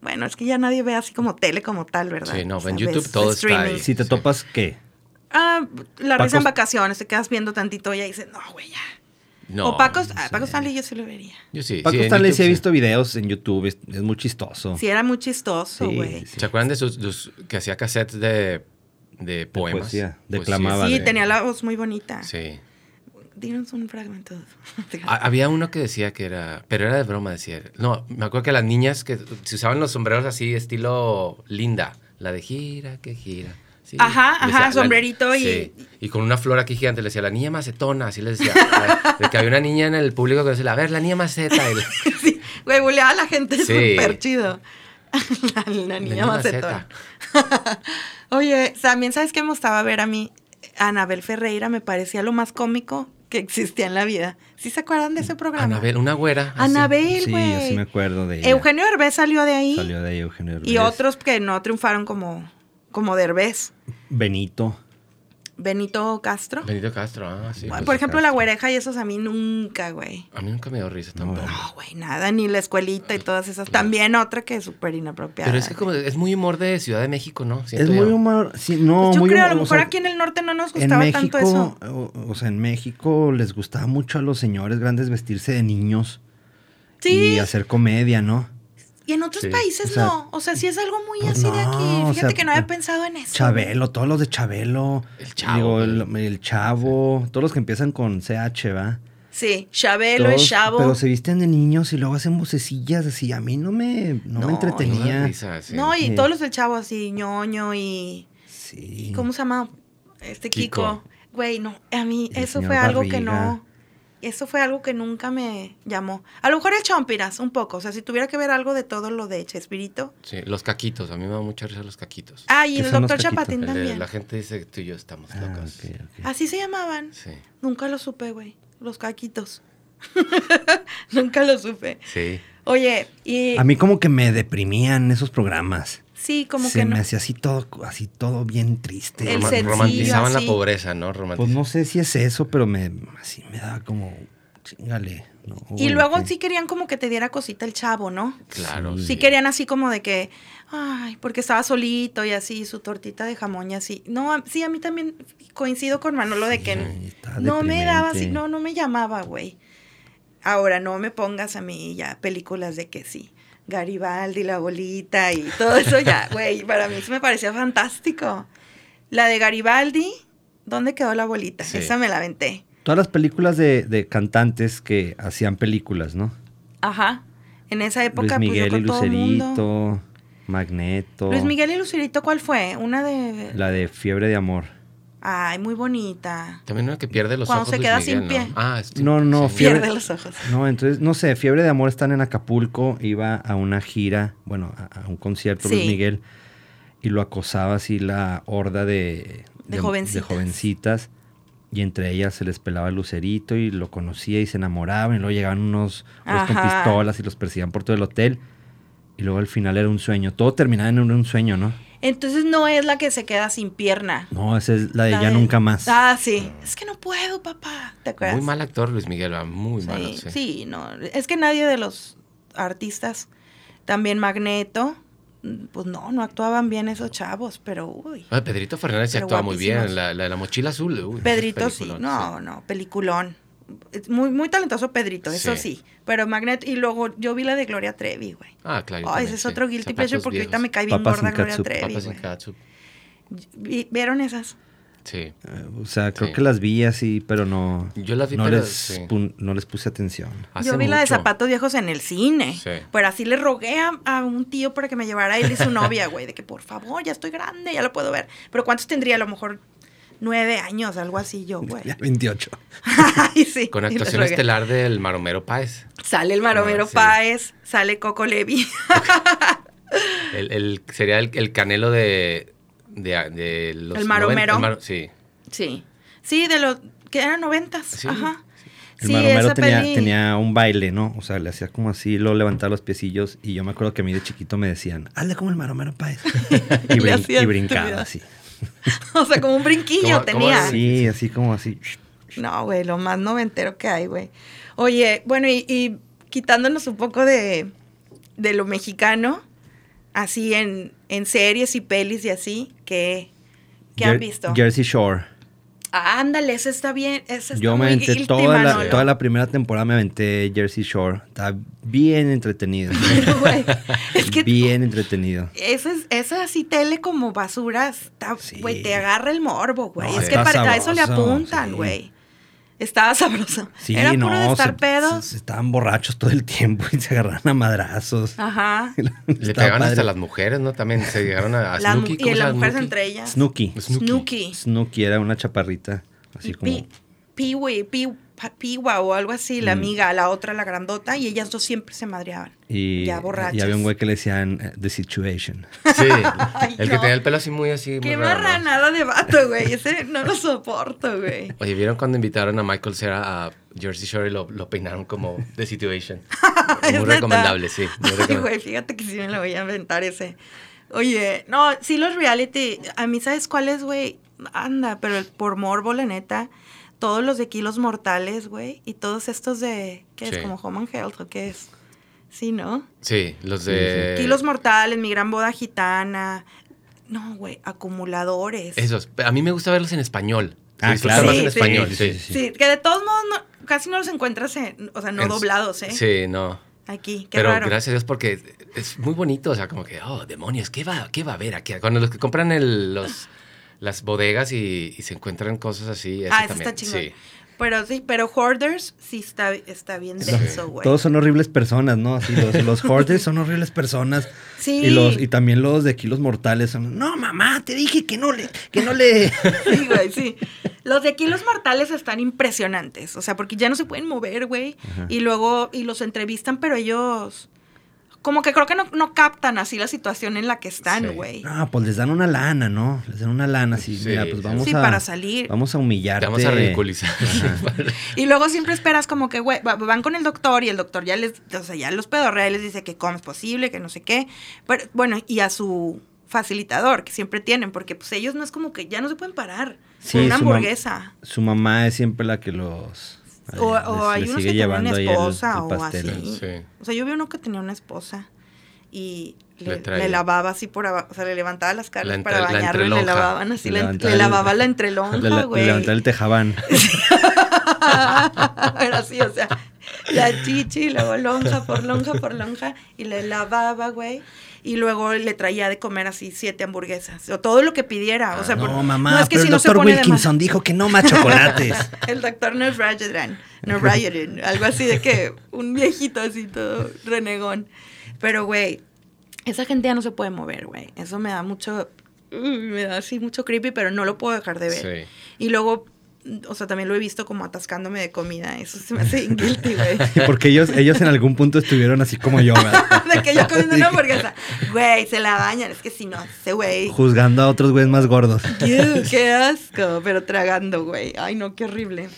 bueno, es que ya nadie ve así como tele como tal, ¿verdad? Sí, no, O sea, en YouTube ves todo está streaming. ahí. Si te Sí. topas, ¿qué? Ah, la risa Pacos- en vacaciones, te quedas viendo tantito y ahí dices, no, güey, ya. No, o Paco, ah, sí. Paco Stanley yo sí lo vería. Yo sí. Paco sí, en Stanley sí he YouTube, visto videos en YouTube, es, es muy chistoso. Sí, era muy chistoso, güey. sí, sí. ¿Se acuerdan de sus, de sus- que hacía cassettes de, de poemas? poesía, Poesía. declamaba. Sí, Ah, Vale. tenía la voz muy bonita. Sí. Dinos un fragmento. Ah. Ha- había uno que decía que era, pero era de broma decía. No, me acuerdo que las niñas que se usaban los sombreros así estilo linda, la de gira que gira. sí. Ajá, Le ajá, la- sombrerito y- sí, y con una flor aquí gigante le decía la niña macetona, así le decía. la- de que había una niña en el público que decía, a ver, la niña maceta. y la- Sí, güey, buleaba a la gente Sí. súper chido. La, la niña niña macetona. Oye, también sabes que me gustaba ver a mí. Anabel Ferreira me parecía lo más cómico que existía en la vida. ¿Sí se acuerdan de ese programa? Anabel, una güera. así. Anabel, ah, Sí, güey. yo sí me acuerdo de ella. Eugenio Derbez salió de ahí. Salió de ahí Eugenio y Derbez. otros que no triunfaron como, como Derbez. Benito. Benito Castro. Benito Castro, ah, sí. Por Benito ejemplo, La Castro. Güereja y esos a mí nunca, güey. A mí nunca me dio risa No, tampoco. No, pues, güey, nada, ni la escuelita y todas esas. También otra que es súper inapropiada. Pero es que como es muy humor de Ciudad de México, ¿no? Es Siento muy yo. humor. Sí, no, Pues yo muy creo a lo humor- o mejor sea, aquí en el norte no nos En gustaba México, tanto eso. o, o sea, en México les gustaba mucho a los señores grandes vestirse de niños Sí, y hacer comedia, ¿no? y en otros Sí, países o sea, no. O sea, sí es algo muy pues así de no, o aquí. Fíjate sea, eh, que no había pensado en eso. Chabelo, todos los de Chabelo. El Chavo, Digo, el, el Chavo, todos los que empiezan con CH, ¿va? Sí, Chabelo, el Todos, Chavo. Pero se visten de niños y luego hacen vocecillas así. A mí no me, No, no me Me dio entretenía. risa, sí. No, y Sí. todos los del Chavo así, ñoño y... sí. ¿Cómo se llama? Este Kiko. Kiko. Güey, no, a mí El eso señor fue algo que Barriga. no... Eso fue algo que nunca me llamó. A lo mejor el Chompiras, un poco. O sea, si tuviera que ver algo de todo lo de Chespirito. Sí, los caquitos, a mí me da mucha risa los caquitos. Ah, y ¿Qué el son los doctor caquitos? Chapatín El de también. la gente dice que tú y yo estamos Ah, locos. ok, ok. Así se llamaban. Sí. Nunca lo supe, güey. Los caquitos. Nunca lo supe. Sí. Oye, y A mí como que me deprimían esos programas. sí, como Se que me no. hacía así todo, así todo bien triste. El Roma- sencillo, romantizaban así. la pobreza, ¿no? Pues Romantiz- no sé si es eso, pero me así me da como chingale. ¿no? Y Bueno, luego sí. sí querían como que te diera cosita el chavo, ¿no? Claro. Sí. Sí querían así como de que, ay, porque estaba solito y así, su tortita de jamón y así. No, a- sí, a mí también coincido con Manolo de que Sí, está no me daba así, Ah, deprimente. no, no me llamaba, güey. Ahora, no me pongas a mí ya películas de que sí. Garibaldi, la bolita y todo eso ya, güey, para mí eso me parecía fantástico. La de Garibaldi, ¿dónde quedó la bolita? Sí. Esa me la aventé. Todas las películas de, de cantantes que hacían películas, ¿no? Ajá. En esa época, Luis Miguel pues, yo con y todo el mundo. Lucerito, Magneto, Luis Miguel y Lucerito, ¿cuál fue? Una de... la de Fiebre de Amor. Ay, muy bonita. También una que pierde los Cuando ojos. se Luis queda Miguel, sin pie. ¿no? Ah, es- No, no, sí. Fiebre- Pierde los ojos. No, entonces, no sé, Fiebre de Amor están en Acapulco, iba a una gira, bueno, a, a un concierto Luis Sí. Miguel, y lo acosaba así la horda de, De jovencitas. jovencitas, y entre ellas se les pelaba el lucerito y lo conocía y se enamoraban, y luego llegaban unos, unos con Ajá. pistolas y los perseguían por todo el hotel, y luego al final era un sueño, todo terminaba en un, un sueño, ¿no? Entonces no es la que se queda sin pierna. No, esa es la de La Ya de- Nunca Más. Ah, sí. Es que no puedo, papá. ¿Te acuerdas? Muy mal actor Luis Miguel, va, muy Sí, malo. Sí. sí, no. Es que nadie de los artistas, también Magneto, pues no, no actuaban bien esos chavos, pero uy. Ah, Pedrito Fernández se Pero actuaba muy bien. guapísimos. La, la de la mochila azul. uy, Pedrito ese sí, peliculón, no, no, peliculón. Es Muy, muy talentoso Pedrito, eso Sí. sí. Pero Magneto, y luego yo vi la de Gloria Trevi, güey. Ah, claro. yo Oh, también, ese es sí. otro guilty Zapatos pleasure porque ahorita viejos, me cae bien Papas gorda sin Gloria catsup. Trevi. Papas en güey. catsup. Vi- ¿Vieron esas? Sí. Eh, O sea, creo Sí. que las vi así, pero no, Yo las vi, no, pero les, sí. pu- no les puse atención. Hace Yo vi la de mucho. zapatos viejos en el cine. Sí. Pero así le rogué a, a un tío para que me llevara él y su novia, güey. De que por favor, ya estoy grande, ya lo puedo ver. Pero ¿cuántos tendría? A lo mejor nueve años, algo así yo, güey. Ya 28. Ay, sí, y Con lo actuación drogué. estelar del Maromero Páez. Sale el Maromero Ah, sí. Páez, sale Coco Levi. El, el- sería el, el canelo de, de, de los. El Maromero. 90, Maro- sí. sí. Sí, de los que eran noventas. Sí, Ajá. El Sí, maromero esa tenía, peli- tenía un baile, ¿no? O sea, le hacía como así, luego levantaba los piecillos. Y yo me acuerdo que a mí de chiquito me decían, hazle como el maromero Páez. y, Le brin- hacías y tu brincaba vida. así. O sea, como un brinquillo ¿Cómo- cómo tenía. Ah. Sí, así como así. No, güey, lo más noventero que hay, güey. Oye, bueno, y, y quitándonos un poco de, de lo mexicano, así en, en series y pelis y así, ¿qué, qué han Jer- visto? Jersey Shore. Ah, ándale, esa está bien, esa está Yo me muy aventé guilty, toda la, Manolo. toda la primera temporada, me aventé Jersey Shore. Está bien entretenido. Pero, güey, es que bien entretenido. esa, es, esa así tele como basura, está, Sí. güey, te agarra el morbo, güey. No, es que está para a eso le sabroso, apuntan, sí. güey. Estaba sabroso. Sí, Era no, puro de estar se- pedos. se- se estaban borrachos todo el tiempo y se agarraban a Ah. madrazos. Ajá. Le Estaba pegaban hasta padre. las mujeres, ¿no? También se llegaron a, a La mu- Snooki. y ¿cómo se las llama? mujeres Snooki. entre ellas. Snooki. Snooki. Snooki. Snooki era Pues, una chaparrita, así Y como... Pi- Piwi, Pi- Pa- Piwa o algo así, Mm. la amiga, la otra, la grandota, y ellas dos siempre se madreaban. Y, ya borrachas. y había un güey que le decían eh, The Situation. Sí. Ay, el que no. tenía el pelo así muy así. Qué muy raro, ¿no? marranada de vato, güey. Ese no lo soporto, güey. Oye, ¿vieron cuando invitaron a Michael Cera a Jersey Shore y lo, lo peinaron como The Situation? Es Muy neta. recomendable, sí. Muy Ay, recomendable. güey, fíjate que sí me lo voy a inventar ese. Oye, no, sí los reality, a mí sabes cuáles, güey, anda, pero el- por morbo, la neta, todos los de Kilos Mortales, güey, y todos estos de, ¿qué es? Sí. Como Home and Health, ¿o qué es? Sí, ¿no? Sí, los de... Kilos Mortales, Mi Gran Boda Gitana, no, güey, acumuladores. Esos. A mí me gusta verlos en español. Ah, Disfrutar más claro. Sí, en sí. español, Sí, sí. sí, sí, Sí. que de todos modos no- casi no los encuentras, en, o sea, no En- doblados, ¿eh? Sí, no. Aquí, qué Pero raro. gracias a Dios porque es muy bonito, o sea, como que, oh, demonios, ¿qué va, qué va a haber aquí? Cuando los que compran el- los, las bodegas y, y se encuentran cosas así, eso Ah, eso también. está chingón. sí. Pero sí, pero Hoarders sí está, está bien Sí. denso, güey. Todos son horribles personas, ¿no? Así, los, los hoarders son horribles personas. Sí. Y, los, y también los de aquí, los mortales, son, no, mamá, te dije que no le, que no le... Sí, güey, sí. Los de aquí, los mortales, están impresionantes. O sea, porque ya no se pueden mover, güey. Y luego, y los entrevistan, pero ellos. Como que creo que no, no captan así la situación en la que Sí. están, güey. No, pues les dan una lana, ¿no? Les dan una lana, así, Sí, mira, pues sí. vamos Sí, a... para salir. Vamos a humillarte. Te vamos a ridiculizar. Y luego siempre esperas como que, güey, va- van con el doctor y el doctor ya les, o sea, ya los pedorrea y les dice que cómo es posible, que no sé qué. Pero, bueno, y a su facilitador, que siempre tienen, porque pues ellos no es como que ya no se pueden parar. Sí, con una su mam- hamburguesa. Su mamá es siempre la que los... O, o hay les unos que tienen ahí el- esposa el o pastel. así. Sí. O sea, yo vi uno que tenía una esposa y le, Le traía. le lavaba así por abajo, o sea, le levantaba las La carnes entre- para la bañarlo y le entrelonja. lavaban así, la Le en- le, levantaba el- lavaba la Le, entrelonja, la- le güey. levantar el tejabán. Era así, o sea, la chichi, y luego lonja por lonja por lonja y le lavaba, güey. Y luego le traía de comer así siete hamburguesas, o todo lo que pidiera. O sea, por- Ah, No, mamá, pero el no se doctor pone de más. Wilkinson dijo que no más chocolates. El doctor Nurrayadran, Nurrayadran, algo así de que un viejito así todo renegón. Pero, güey, esa gente ya no se puede mover, güey. Eso me da mucho, uy, me da así mucho creepy, pero no lo puedo dejar de ver. Sí. Y luego, o sea, también lo he visto como atascándome de comida. Eso se me hace bien guilty, güey. Sí, porque ellos, ellos en algún punto estuvieron así como yo, ¿verdad? De que yo comiendo una hamburguesa. Güey, se la bañan. Es que si no, ese güey. juzgando a otros güeyes más gordos. Ew, qué asco, pero tragando, güey. Ay, no, qué horrible.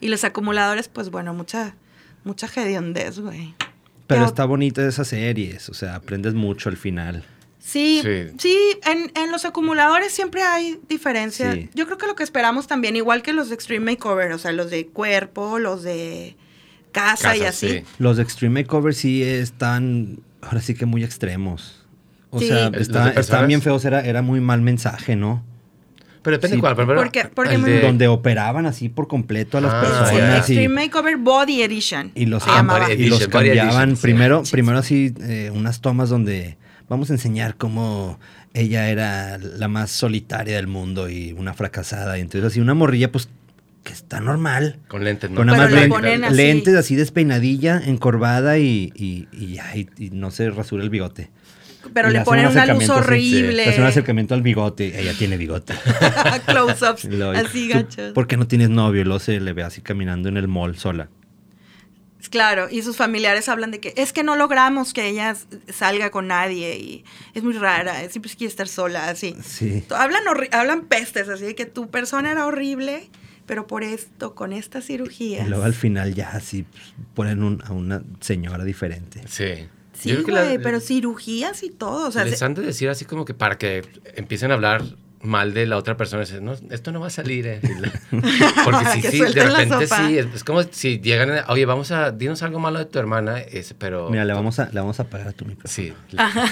Y los acumuladores, pues bueno, mucha, mucha hediondez, güey. Pero Pero- está bonita esas series, o sea, aprendes mucho al final. Sí, Sí. sí, en, en los acumuladores siempre hay diferencia. Sí. Yo creo que lo que esperamos también, igual que los de Extreme Makeover, o sea, los de cuerpo, los de casa, y Casa, así. sí. Los de Extreme Makeover sí están, ahora sí que muy extremos. O Sí. sea, ¿Los de está- están personas? bien feos, era, era muy mal mensaje, ¿no? Pero depende Sí. cuál. Pero, Porque- porque el me- de- Donde operaban así por completo a las Ah, Sí, personas. sí. y- Extreme Makeover Body Edition. Y los, se Ah, llamaba. body y los edition, body cambiaban. edition, sí. primero, Sí, primero así eh, unas tomas donde vamos a enseñar cómo ella era la más solitaria del mundo y una fracasada. Y entonces así una morrilla, pues que está normal. Con lentes, ¿no? Con nada Pero más le len- ponen así. lentes así despeinadilla, encorvada y, y, y ya, y- y no se rasura el bigote. Pero Y le hacen ponen un una luz acercamiento así, horrible. Le hacen un acercamiento al bigote. Ella tiene bigote. Close-ups. Y luego, así "¿Tú gachos. ¿Por qué no tienes novio? Y luego se le ve así caminando en el mall sola. Claro, y sus familiares hablan de que es que no logramos que ella s- salga con nadie y es muy rara, eh, siempre quiere estar sola, así. Sí. To- Hablan, horri- hablan pestes, así de que tu persona era horrible, pero por esto, con esta cirugía. Y luego al final ya así pues, ponen un- a una señora diferente. Sí. Sí, Yo creo que la- güey, pero cirugías y todo. O sea, les se- han de decir así como que para que empiecen a hablar mal de la otra persona. dicen, no, esto no va a salir. eh". Porque Para sí, que sí, de suelten la repente sopa. sí. Es, es como si llegan, a- oye, vamos a, dinos algo malo de tu hermana, ese, pero... Mira, le vamos a, le vamos a apagar a tu micrófono. Sí, Ajá.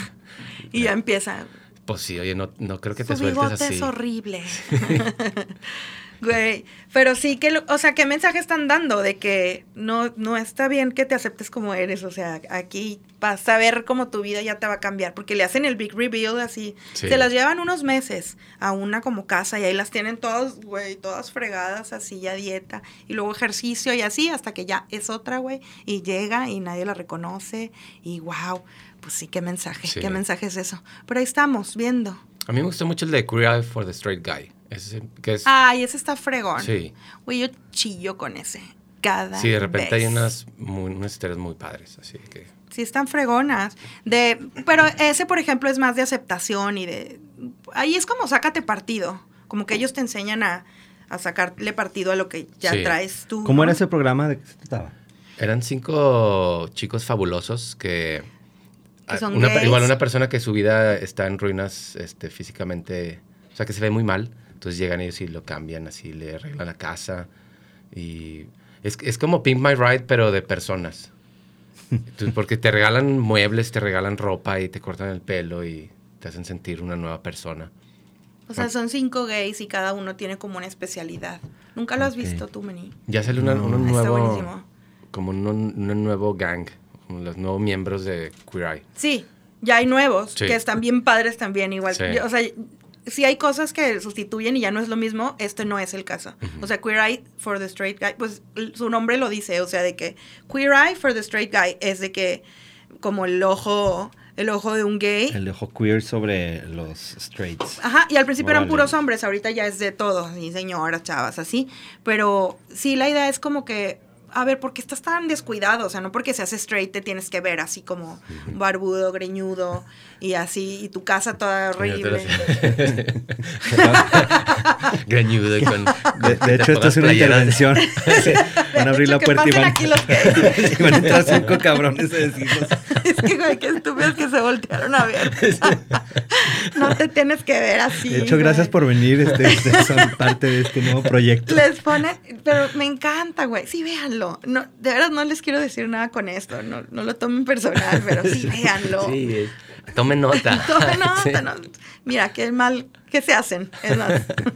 Y ya empieza. pues sí, oye, no, no creo que te Su sueltes bigote así. es horrible. Güey, pero sí que, lo- o sea, ¿qué mensaje están dando de que no, no está bien que te aceptes como eres? O sea, aquí vas a ver cómo tu vida ya te va a cambiar, porque le hacen el big reveal así. Sí. Se las llevan unos meses a una como casa y ahí las tienen todas, güey, todas fregadas, así ya dieta, y luego ejercicio y así, hasta que ya es otra, güey, y llega y nadie la reconoce, y wow, pues sí, qué mensaje, Sí. qué mensaje es eso. Pero ahí estamos, viendo. A mí me gustó mucho el de Queer Eye for the Straight Guy. Ese, es- que es, Ay, ese está fregón. sí, Güey, yo chillo con ese. Cada sí, de repente hay vez. unas, muy- unas historias muy padres, así que... Sí, están fregonas. De, pero ese, por ejemplo, es más de aceptación y de. Ahí es como sácate partido. Como que ellos te enseñan a, a sacarle partido a lo que ya Sí. traes tú. ¿Cómo ¿no? era ese programa? ¿De qué se trataba? Eran cinco chicos fabulosos que... Que ah, son una- gays. igual una persona que su vida está en ruinas este, físicamente, o sea, que se ve muy mal. Entonces llegan ellos y lo cambian, así le arreglan la casa. Y es, es como Pimp My Ride, pero de personas. Tú- porque te regalan muebles, te regalan ropa y te cortan el pelo y te hacen sentir una nueva persona. O sea, son cinco gays y cada uno tiene como una especialidad. Nunca lo has Ok. visto tú, Meni. Ya sale una- No. uno Ah, Está nuevo... buenísimo. Como un, un nuevo gang, como los nuevos miembros de Queer Eye. Sí, ya hay nuevos Sí. que están bien padres también, igual. Sí. Yo- O sea, si hay cosas que sustituyen y ya no es lo mismo, este no es el caso. O sea, Queer Eye for the Straight Guy, pues l- su nombre lo dice, o sea, de que Queer Eye for the Straight Guy es de que como el ojo, el ojo de un gay. El ojo queer sobre los straights. Ajá, y al principio eran Órale. puros hombres, ahorita ya es de todos, y señoras, chavas, así. Pero sí, la idea es como que, a ver, ¿por qué estás tan descuidado? O sea, no porque seas straight te tienes que ver así como barbudo, greñudo, y así, y tu casa toda horrible. Greñudo y con. De, de hecho, esto es una intervención. Van a abrir la Que puerta y pasen van, aquí los gays. y van a entrar cinco cabrones a decirnos. es que, güey, qué estúpidos que se voltearon a ver. no te tienes que ver así. De hecho, gracias güey. por venir. Este, ustedes son parte de este nuevo proyecto. Les ponen, pero me encanta, güey. Sí, véanlo. No, de verdad no les quiero decir nada con esto. No, no lo tomen personal, pero sí, véanlo. Sí, eh, tomen nota. Tomen nota, Sí. no. Mira, qué mal que se hacen. Es más.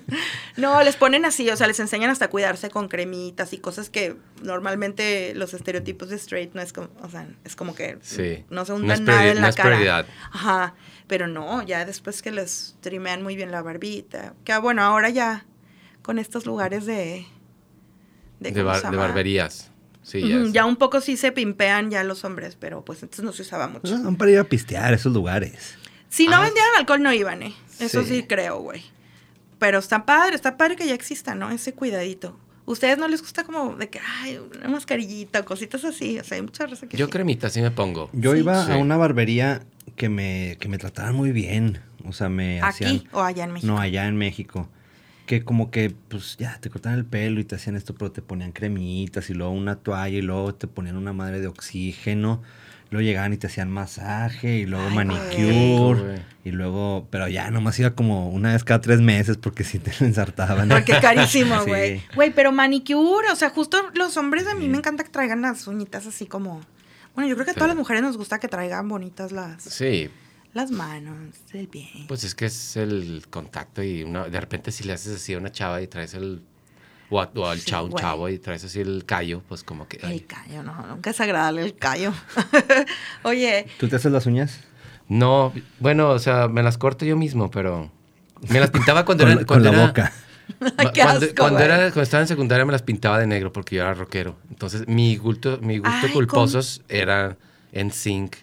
No, les ponen así, o sea, les enseñan hasta cuidarse con cremitas y cosas que normalmente los estereotipos de straight no es como, o sea, es como que Sí. no se No hundan es nada priori- en no la es cara. prioridad. Ajá. Pero no, ya después que les trimean muy bien la barbita. Que ah, bueno, ahora ya con estos lugares de. De, ¿cómo bar- se de llama? barberías. Sí, ya. Ujú, es- ya un poco sí se pimpean ya los hombres, pero pues entonces no se usaba mucho. Son para ir a pistear a esos lugares. Si no Ah. vendieran alcohol, no iban, ¿eh? Eso Sí. sí, creo, güey. Pero está padre, está padre que ya exista, ¿no? Ese cuidadito. ¿Ustedes no les gusta como de que, ay, una mascarillita o cositas así? O sea, hay mucha raza que Yo sí. cremita, sí me pongo. Yo Sí. iba Sí. a una barbería que me, que me trataban muy bien. O sea, me hacían. ¿Aquí o allá en México? No, allá en México. Que como que, pues ya, te cortaban el pelo y te hacían esto, pero te ponían cremitas y luego una toalla y luego te ponían una madre de oxígeno. Luego llegaban y te hacían masaje y luego Ay, manicure. güey. Y luego, pero ya nomás iba como una vez cada tres meses porque si te ensartaban. Porque es carísimo, Sí. güey. Güey, pero manicure, o sea, justo los hombres a mí me encanta que traigan las uñitas así como... Bueno, yo creo que a todas Sí. las mujeres nos gusta que traigan bonitas las, Sí, las manos, el bien. pues es que es el contacto y una, de repente si le haces así a una chava y traes el. O, a- o al Sí, chavo, un güey. chavo y traes así el callo, pues como que. ay. el callo, no, nunca es agradable el callo. Oye, ¿Tú te haces las uñas? No, bueno, o sea, me las corto yo mismo, pero. Me las pintaba cuando Con era. la- cuando con la era- boca. Ay, qué cuando, asco, cuando güey. era, cuando estaba en secundaria me las pintaba de negro porque yo era rockero. Entonces, mi gusto, mi gusto Ay, culposos era en Sync,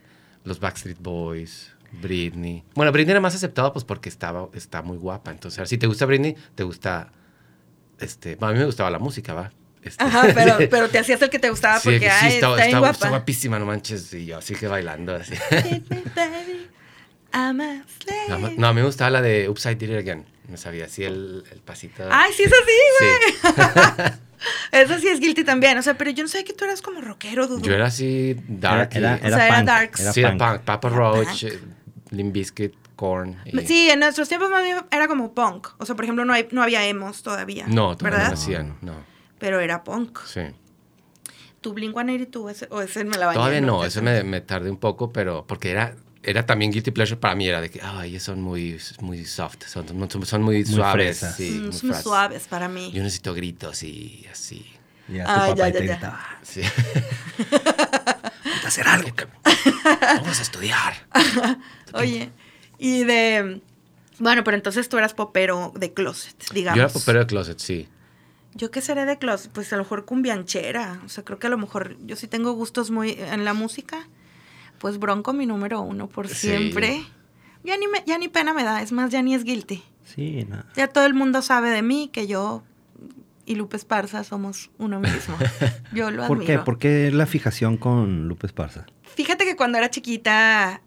los Backstreet Boys, Britney. Bueno, Britney era más aceptado pues porque estaba está muy guapa. Entonces, si te gusta Britney, te gusta este, bueno, a mí me gustaba la música, va. Este, Ajá, pero, pero te hacías el que te gustaba sí, porque, que sí, ay, está, estaba- bien estaba- está guapa. guapísima, no manches, y yo así que bailando así. I'm a slave. No, no, a mí me gustaba la de Upside Down Again. Me sabía así el, el pasito. Ay, sí es así, güey. Sí. Eso sí es guilty también. O sea, pero yo no sabía que tú eras como rockero, dudo. Yo era así dark. y- O sea, era darks. sí, era punk. Papa Roach, eh, Limp Bizkit, Korn. y- Sí, en nuestros tiempos más bien era como punk. O sea, por ejemplo, no, hay, no había emos todavía. No, todavía no ¿verdad? lo hacían, no. Pero era punk. Sí. ¿Tu Blink 182 ese- o ese me la bañé? Todavía no, eso me, me tardé un poco, pero porque era, era también guilty pleasure para mí, era de que, ay, ellos son muy, muy soft, son, son, son muy, suaves. fresas. Sí, Mm, muy son muy fras- suaves para mí. Yo necesito gritos y así. Y a tu Ah, papá ya, ya, te ya. gritaba, sí. "Vete a hacer algo, cabrón". Vamos a estudiar. Oye, y de... Bueno, pero entonces tú eras popero de closet, digamos. Yo era popero de closet, sí. ¿Yo qué seré de closet? Pues a lo mejor cumbianchera. O sea, creo que a lo mejor yo sí tengo gustos muy en la música. Pues Bronco mi número uno por Sí. siempre. Ya ni, me- ya ni pena me da, es más, ya ni es guilty. Sí, no. Ya todo el mundo sabe de mí que yo y Lupe Esparza somos uno mismo. Yo lo ¿Por qué? admiro. ¿Por qué la fijación con Lupe Esparza? Fíjate que cuando era chiquita,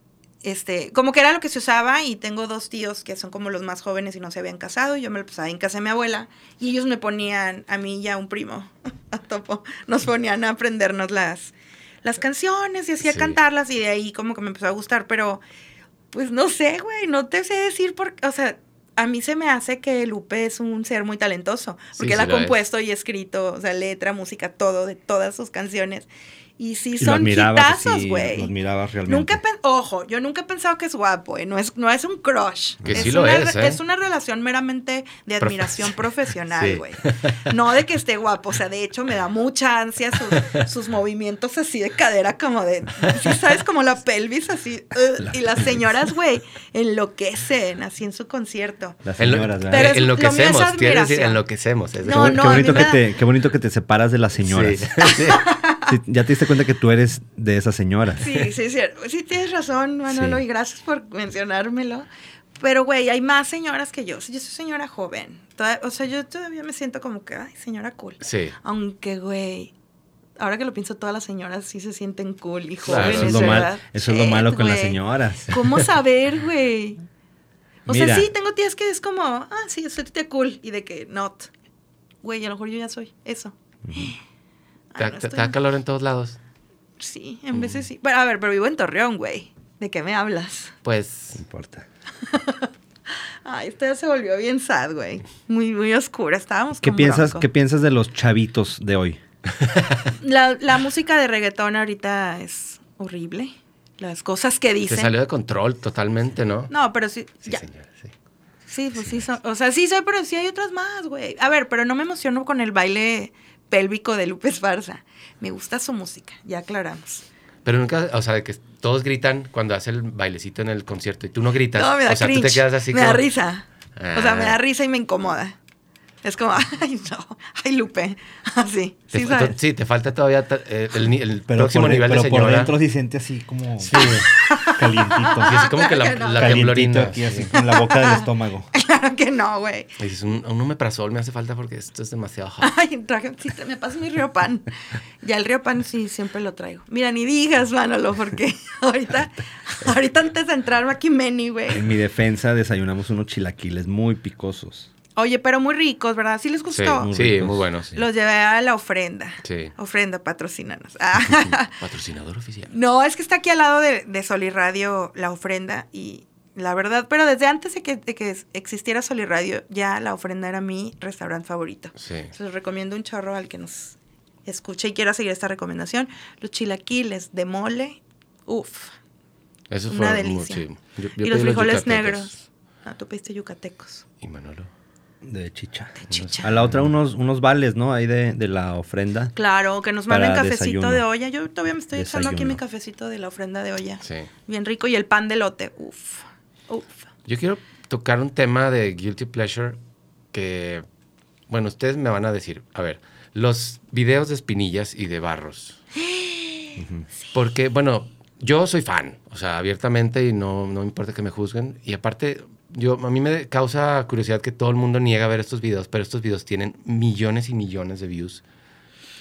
este, como que era lo que se usaba y tengo dos tíos que son como los más jóvenes y no se habían casado y yo me lo pasaba en casa de mi abuela y ellos me ponían a mí y a un primo, a Topo, nos ponían a aprendernos las, las canciones y hacía Sí. cantarlas y de ahí como que me empezó a gustar, pero pues no sé, güey, no te sé decir por o sea, a mí se me hace que Lupe es un ser muy talentoso, Sí, porque sí él ha lo es. compuesto y escrito, o sea, letra, música, todo, de todas sus canciones. Y sí, Y lo son admirabas, hitazos, sí, güey. Lo admirabas realmente. Nunca he pen- ojo, yo nunca he pensado que es guapo, eh, no es no es un crush. Que es sí lo una es, re- ¿eh? una relación meramente de Profe- admiración profesional, Sí. güey. No de que esté guapo, o sea, de hecho me da mucha ansia sus, sus movimientos así de cadera como de ¿sí sabes como la pelvis así uh, y las señoras, güey, enloquecen así en su concierto. Las Enlo- señoras, ¿verdad? Pero es- lo mío es enloquecemos, quiere decir admiración. enloquecemos. es- No, eh, qué, no, a qué mí bonito me que da- te, qué bonito que te separas de las Sí. señoras. Sí, ya te diste cuenta que tú eres de esas señoras. Sí, sí, sí, sí tienes razón, Manolo, Sí. y gracias por mencionármelo. Pero, güey, hay más señoras que yo. Yo soy señora joven. Toda- o sea, yo todavía me siento como que, ay, señora cool. Sí. Aunque, güey, ahora que lo pienso, todas las señoras sí se sienten cool y Claro, jóvenes, eso es lo, mal- ¿verdad? eso es lo Shit, malo con las güey. señoras. ¿Cómo saber, güey? O Mira. sea, sí, tengo tías que es como, ah, sí, soy tía cool. Y de que, not. Güey, a lo mejor yo ya soy eso. Ay, no Te, te- te estoy- da calor en todos lados. Sí, en veces sí. Pero, a ver, pero vivo en Torreón, güey. ¿De qué me hablas? No Pues, importa. Ay, esto ya se volvió bien sad, güey. Muy, muy oscura. Estábamos ¿Qué con piensas, Bronco. ¿Qué piensas de los chavitos de hoy? La, la música de reggaetón ahorita es horrible. Las cosas que se dicen. salió de control totalmente, ¿no? No, pero sí. Sí, ya. señora, sí. Sí, pues sí, son- o sea, sí sé, pero sí hay otras más, güey. A ver, pero no me emociono con el baile pélvico de Lupe Esparza. Me gusta su música, ya aclaramos. Pero nunca, o sea, de que todos gritan cuando hace el bailecito en el concierto y tú no gritas. No, me da o sea, cringe. tú te quedas así me como- da risa. O sea, me da Ah. risa y me incomoda. Es como, ay, no, ay, Lupe. Así, Te sí, fa- sabes. sí, te falta todavía ta- eh, el, ni- el Pero, próximo por, de- nivel pero de por señora. dentro sí siente así como calientito. Sí, así como que la, Claro que no. la calientito temblorina. aquí, así con la boca del estómago. Claro que no, güey. Y dices, un, un omeprazol me hace falta porque esto es demasiado hot. Ay, traje, sí, te- me pasa mi río pan. Ya el río pan sí, siempre lo traigo. Mira, ni digas, Manolo, porque ahorita, ahorita antes de entrarme aquí, Meni, güey. En mi defensa desayunamos unos chilaquiles muy picosos. Oye, pero muy ricos, ¿verdad? Sí les Sí, gustó. muy, ricos. bueno. sí. Los llevé a la ofrenda. Sí. Ofrenda, patrocínanos. Ah. Patrocinador oficial. No, es que está aquí al lado de, de Sol y Radio la ofrenda y la verdad, pero desde antes de que, de que existiera Sol y Radio, ya la ofrenda era mi restaurante favorito. Sí. Se los recomiendo un chorro al que nos escuche y quiera seguir esta recomendación. Los chilaquiles de mole, uff. Eso Una fue delicia. sí. Yo- yo Y pedí los frijoles yucatecos. negros. No, tú pediste yucatecos. Y Manolo. De chicha. chicha. A la otra unos, unos vales, ¿no? Ahí de, de la ofrenda. Claro, que nos manden Para cafecito desayuno. de olla. Yo todavía me estoy echando aquí mi Desayuno. cafecito de la ofrenda de olla. Sí. Bien rico. Y el pan de lote, uff. Uff. Yo quiero tocar un tema de guilty pleasure que Bueno, ustedes me van a decir, a ver, los videos de espinillas y de barros. Porque, bueno, yo soy fan, o sea, abiertamente y no, no me importa que me juzguen. Y aparte, yo, a mí me causa curiosidad que todo el mundo niega ver estos videos, pero estos videos tienen millones y millones de views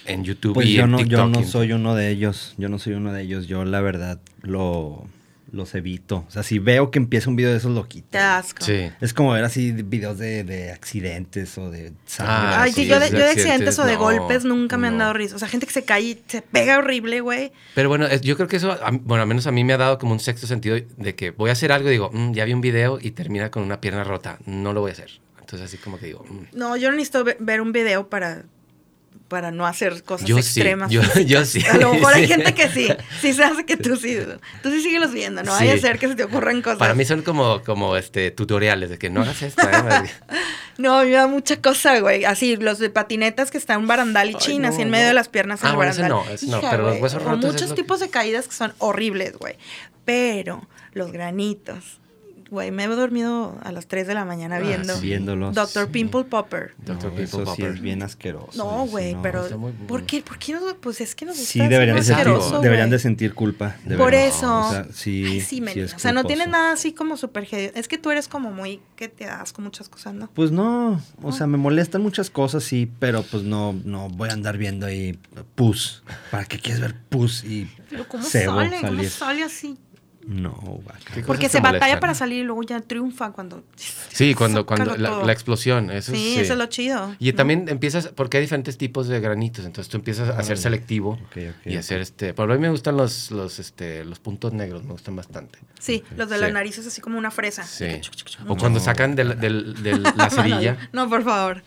en YouTube Pues y yo en no, yo TikTok. no soy uno de ellos. Yo no soy uno de ellos. Yo, la verdad, lo, los evito. O sea, si veo que empieza un video de esos, lo quito. Te da asco. Sí. Es como ver así videos de, de accidentes o de sangre. Ah, Ay, sí, sí, yo, de, es yo de de accidentes accidentes, o de no, golpes nunca me han no. dado risa. O sea, gente que se cae y se pega horrible, güey. Pero bueno, es- yo creo que eso, a- bueno, al menos a mí me ha dado como un sexto sentido de que voy a hacer algo y digo, "Mm, ya vi un video y termina con una pierna rota, no lo voy a hacer. Entonces así como que digo, "Mm". No, yo no necesito ve- ver un video para, para no hacer cosas yo sí, extremas. yo, yo sí. A lo mejor hay Sí. gente que sí, sí se hace que tú sí, tú sí sigues viendo, no Sí. vaya a ser que se te ocurran cosas. Para mí son como, como este, tutoriales de que no hagas esto. ¿eh? No, me da mucha cosa, güey. Así, los de patinetas que están en barandal y Ay, chin, no, así en medio no. de las piernas en Ah, el bueno, ese barandal. no, ese no, pero los güey. huesos O rotos es Muchos lo que- tipos de caídas que son horribles, güey. Pero los granitos. Güey, me he dormido a las 3 de la mañana Ah, viendo sí. Viéndolos. Doctor Pimple Popper. No, Dr. Pimple eso sí Popper. es bien asqueroso. No, Eso güey, no. pero está muy- ¿por qué? ¿Por qué nos, pues es que nos Sí, está deberían de, haciendo sentir, asqueroso, deberían de güey. sentir culpa. de Por verdad. eso. O sea, sí, Ay, sí, sí men, es o sea, no culposo. tienes nada así como súper heavy. Es que tú eres como muy que te das con muchas cosas, ¿no? Pues no, o sea, me molestan muchas cosas, sí, pero pues no, no voy a andar viendo ahí pus. ¿Para qué quieres ver pus y Pero ¿cómo Cebo, sale? ¿Cómo salir. sale así? no, guácala. ¿Qué Porque cosas se te batalla molestan? para salir y luego ya triunfa cuando. Sí, cuando, Sácalo cuando la, todo. la explosión. Eso sí, eso es lo chido. Y también empiezas, porque hay diferentes tipos de granitos, entonces tú empiezas a ser selectivo Ah, Ok, ok, y ok. hacer este... Por mí me gustan los, los, este, los puntos negros, me gustan bastante. Sí, los de las Sí. narices así como una fresa. Sí. No, O cuando sacan de la, del- del- la cerilla. No, por favor.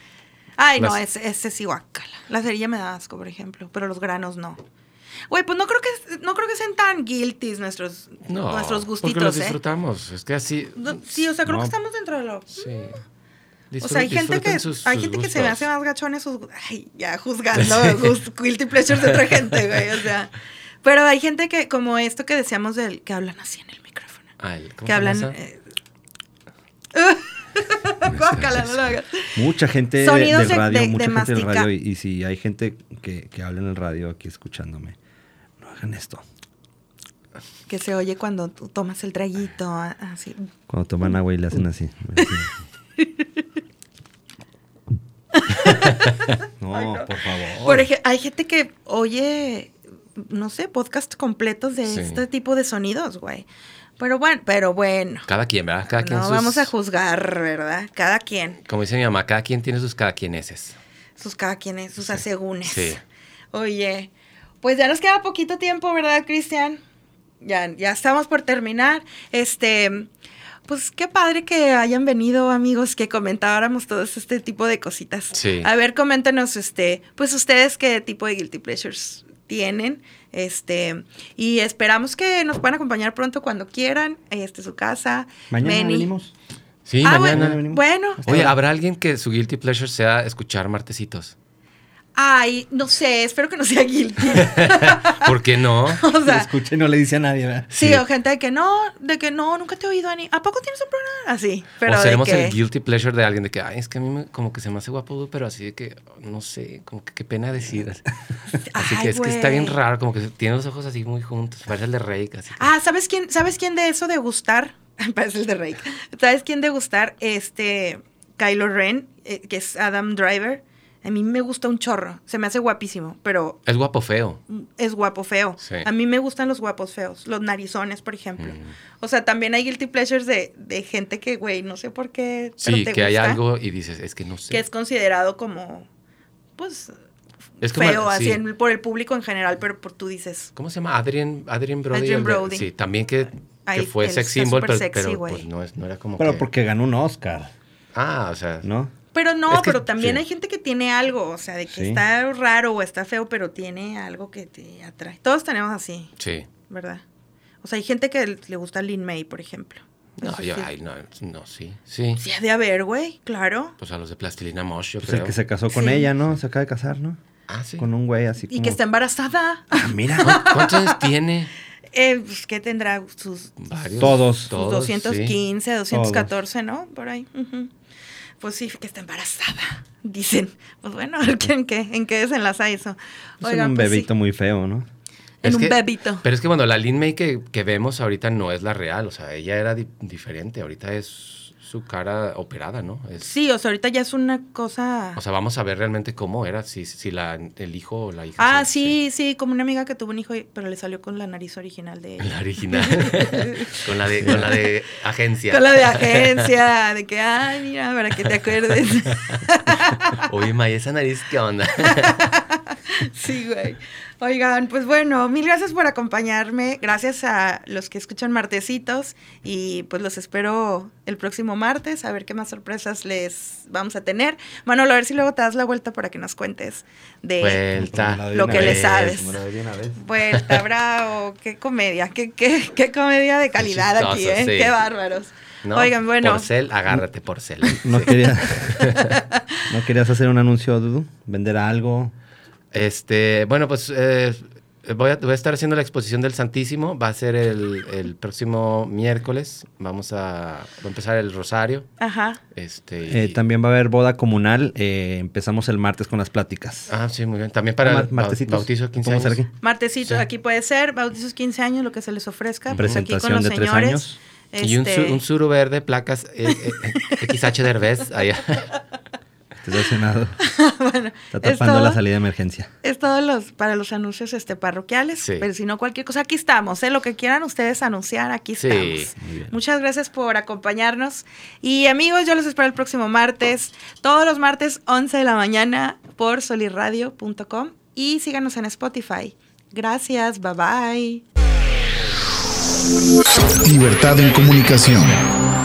Ay, no, Las- ese, ese sí guácala. La cerilla me da asco, por ejemplo, pero los granos no. Güey, pues no creo que no creo que sean tan guilty nuestros, nuestros No, Porque los gustitos, ¿eh? disfrutamos. Es que así... No, sí, o sea, creo No. que estamos dentro de lo. Sí. O sea, hay Disfrut- gente que disfruten sus- hay sus gente que se me gustos. hace más gachones sus ay, ya juzgando gust- guilty pleasures de otra gente, güey, o sea, pero hay gente que como esto que decíamos del que hablan así en el micrófono, Ah, el- ¿cómo que se hablan llama esa? eh, guácala, no lo hagas. Mucha gente de- Sonidos del de- radio, de- mucha de gente del masticar. radio, y, y si hay gente que, que habla en el radio aquí escuchándome, no hagan esto. que se oye cuando tú tomas el traguito, a- así. Cuando toman agua y le hacen así. no, por favor. Por ejemplo, hay gente que oye no sé, podcast completos de Sí. este tipo de sonidos, güey. Pero bueno, pero bueno. Cada quien, ¿verdad? Cada quien no sus- vamos a juzgar, ¿verdad? Cada quien. Como dice mi mamá, cada quien tiene sus cada quieneses. sus cada quienes, sus asegúnes. Sí. Oye, pues ya nos queda poquito tiempo, ¿verdad, Cristian? Ya, ya estamos por terminar. Este, pues qué padre que hayan venido, amigos, que comentáramos todos este tipo de cositas. Sí. A ver, coméntenos, este, pues ustedes qué tipo de guilty pleasures tienen. Este, y esperamos que nos puedan acompañar pronto cuando quieran. Este, su casa. Mañana Benny. venimos. Sí, Ah, mañana. bueno. bueno. Oye, ¿habrá alguien que su guilty pleasure sea escuchar martesitos? Ay, no sé, espero que no sea guilty. ¿Por qué no? o sea, Escucha y no le dice a nadie, ¿verdad? Sí, Sí. o gente de que no, de que no, nunca te he oído, Ani. ¿A poco tienes un programa? Así, pero o de seremos que- el guilty pleasure de alguien de que, ay, es que a mí me- como que se me hace guapo, pero así de que, no sé, como que qué pena decir. Así, Así Ay, que es que está bien güey. raro, como que tiene los ojos así muy juntos, parece el de Rey. Así que- Ah, ¿sabes quién, ¿sabes quién de eso de gustar? Parece el de Rey. ¿Sabes quién de gustar? Este, Kylo Ren, eh, que es Adam Driver. A mí me gusta un chorro. Se me hace guapísimo, pero Es guapo feo. mm, es guapo feo. Sí. Mm. A mí me gustan los guapos feos, los narizones, por ejemplo. O sea, también hay guilty pleasures de, de gente que, güey, no sé por qué. pero Sí, te que hay gusta, algo y dices, es que no sé. Que es considerado como, pues, Es como- feo, así sí. en- por el público en general, pero por, tú dices. ¿Cómo se llama? Adrian, Adrian Brody. Adrien el de- Brody. Sí, también que, que Ay, fue él sex está symbol, súper pero, sexy, pero, güey. pues no, es- no era como Pero que- porque ganó un Oscar, Ah, o sea... ¿no? Pero no, Es que- pero también sí. hay gente que tiene algo, o sea, de que Sí. está raro o está feo, pero tiene algo que te atrae. Todos tenemos así, Sí. ¿verdad? O sea, hay gente que le gusta Lin May, por ejemplo. No, Eso yo, sí. ay, no, no, sí. Sí. Sí, ha de haber, güey, claro. Pues a los de Plastilina Mosh, yo Pues creo. el que se casó con Sí. ella, ¿no? Se acaba de casar, ¿no? Ah, sí. Con un güey así Y como- que está embarazada. Ah, mira. ¿Cu- ¿Cuántos años tiene? Eh, pues, ¿Qué tendrá? Sus, sus Varios. Todos. Todos, sí. 215, 214, ¿no? Por ahí. ujú. pues sí, que está embarazada, dicen. Pues bueno, a ver qué- ¿en qué, en qué desenlaza eso? Es Oigan, un pues sí, bebito muy feo, ¿no? en Es un que- bebito. Pero es que, bueno, la Lin May que, que vemos ahorita no es la real. O sea, ella era di- diferente. Ahorita es su cara operada, ¿no? Es- Sí, o sea, ahorita ya es una cosa... O sea, vamos a ver realmente cómo era, si, si la, el hijo o la hija. ah, se- sí, sí, como una amiga que tuvo un hijo, y- pero le salió con la nariz original de se- ella. La original. con, la de, con la de agencia. Con la de agencia, de que, ay, mira, para que te acuerdes. Oye, May, esa nariz, ¿qué onda? Sí, güey. Oigan, pues bueno, mil gracias por acompañarme. Gracias a los que escuchan martesitos. Y pues los espero el próximo martes a ver qué más sorpresas les vamos a tener. Manolo, a ver si luego te das la vuelta para que nos cuentes de Vuelta. lo que le sabes. Como la de una vez. Vuelta, bravo. Qué comedia, qué, qué, qué comedia de calidad aquí, ¿eh? chistoso, sí. Qué bárbaros. ¿no? Oigan, bueno. Porcel, agárrate, Porcel. No, quería, ¿No querías hacer un anuncio, Dudu? ¿Vender algo? Este, bueno, pues eh, voy, a, voy a estar haciendo la exposición del Santísimo. Va a ser el, el próximo miércoles. Vamos a, va a empezar el Rosario. Ajá. Este, y- Eh, también va a haber boda comunal. eh, empezamos el martes con las pláticas. Ah, sí, muy bien. También para Mar- el bau- martesitos. bautizo de 15 Vamos a años. hacer Martesito, Sí. aquí puede ser, bautizos 15 años, lo que se les ofrezca. pues, aquí con Presentación los de tres señores. años. Y un, su- Este- un suru verde, placas eh, eh, eh, XH Derbez. allá. Estoy decepcionado. Este, bueno, Está es tapando todo. la salida de emergencia. Es todos los, para los anuncios este, parroquiales, Sí. pero si no cualquier cosa, aquí estamos, ¿eh? lo que quieran ustedes anunciar, aquí Sí, estamos. muy bien. Muchas gracias por acompañarnos y amigos, yo los espero el próximo martes, todos los martes 11 de la mañana por solirradio.com y síganos en Spotify. Gracias, bye bye. Libertad en comunicación.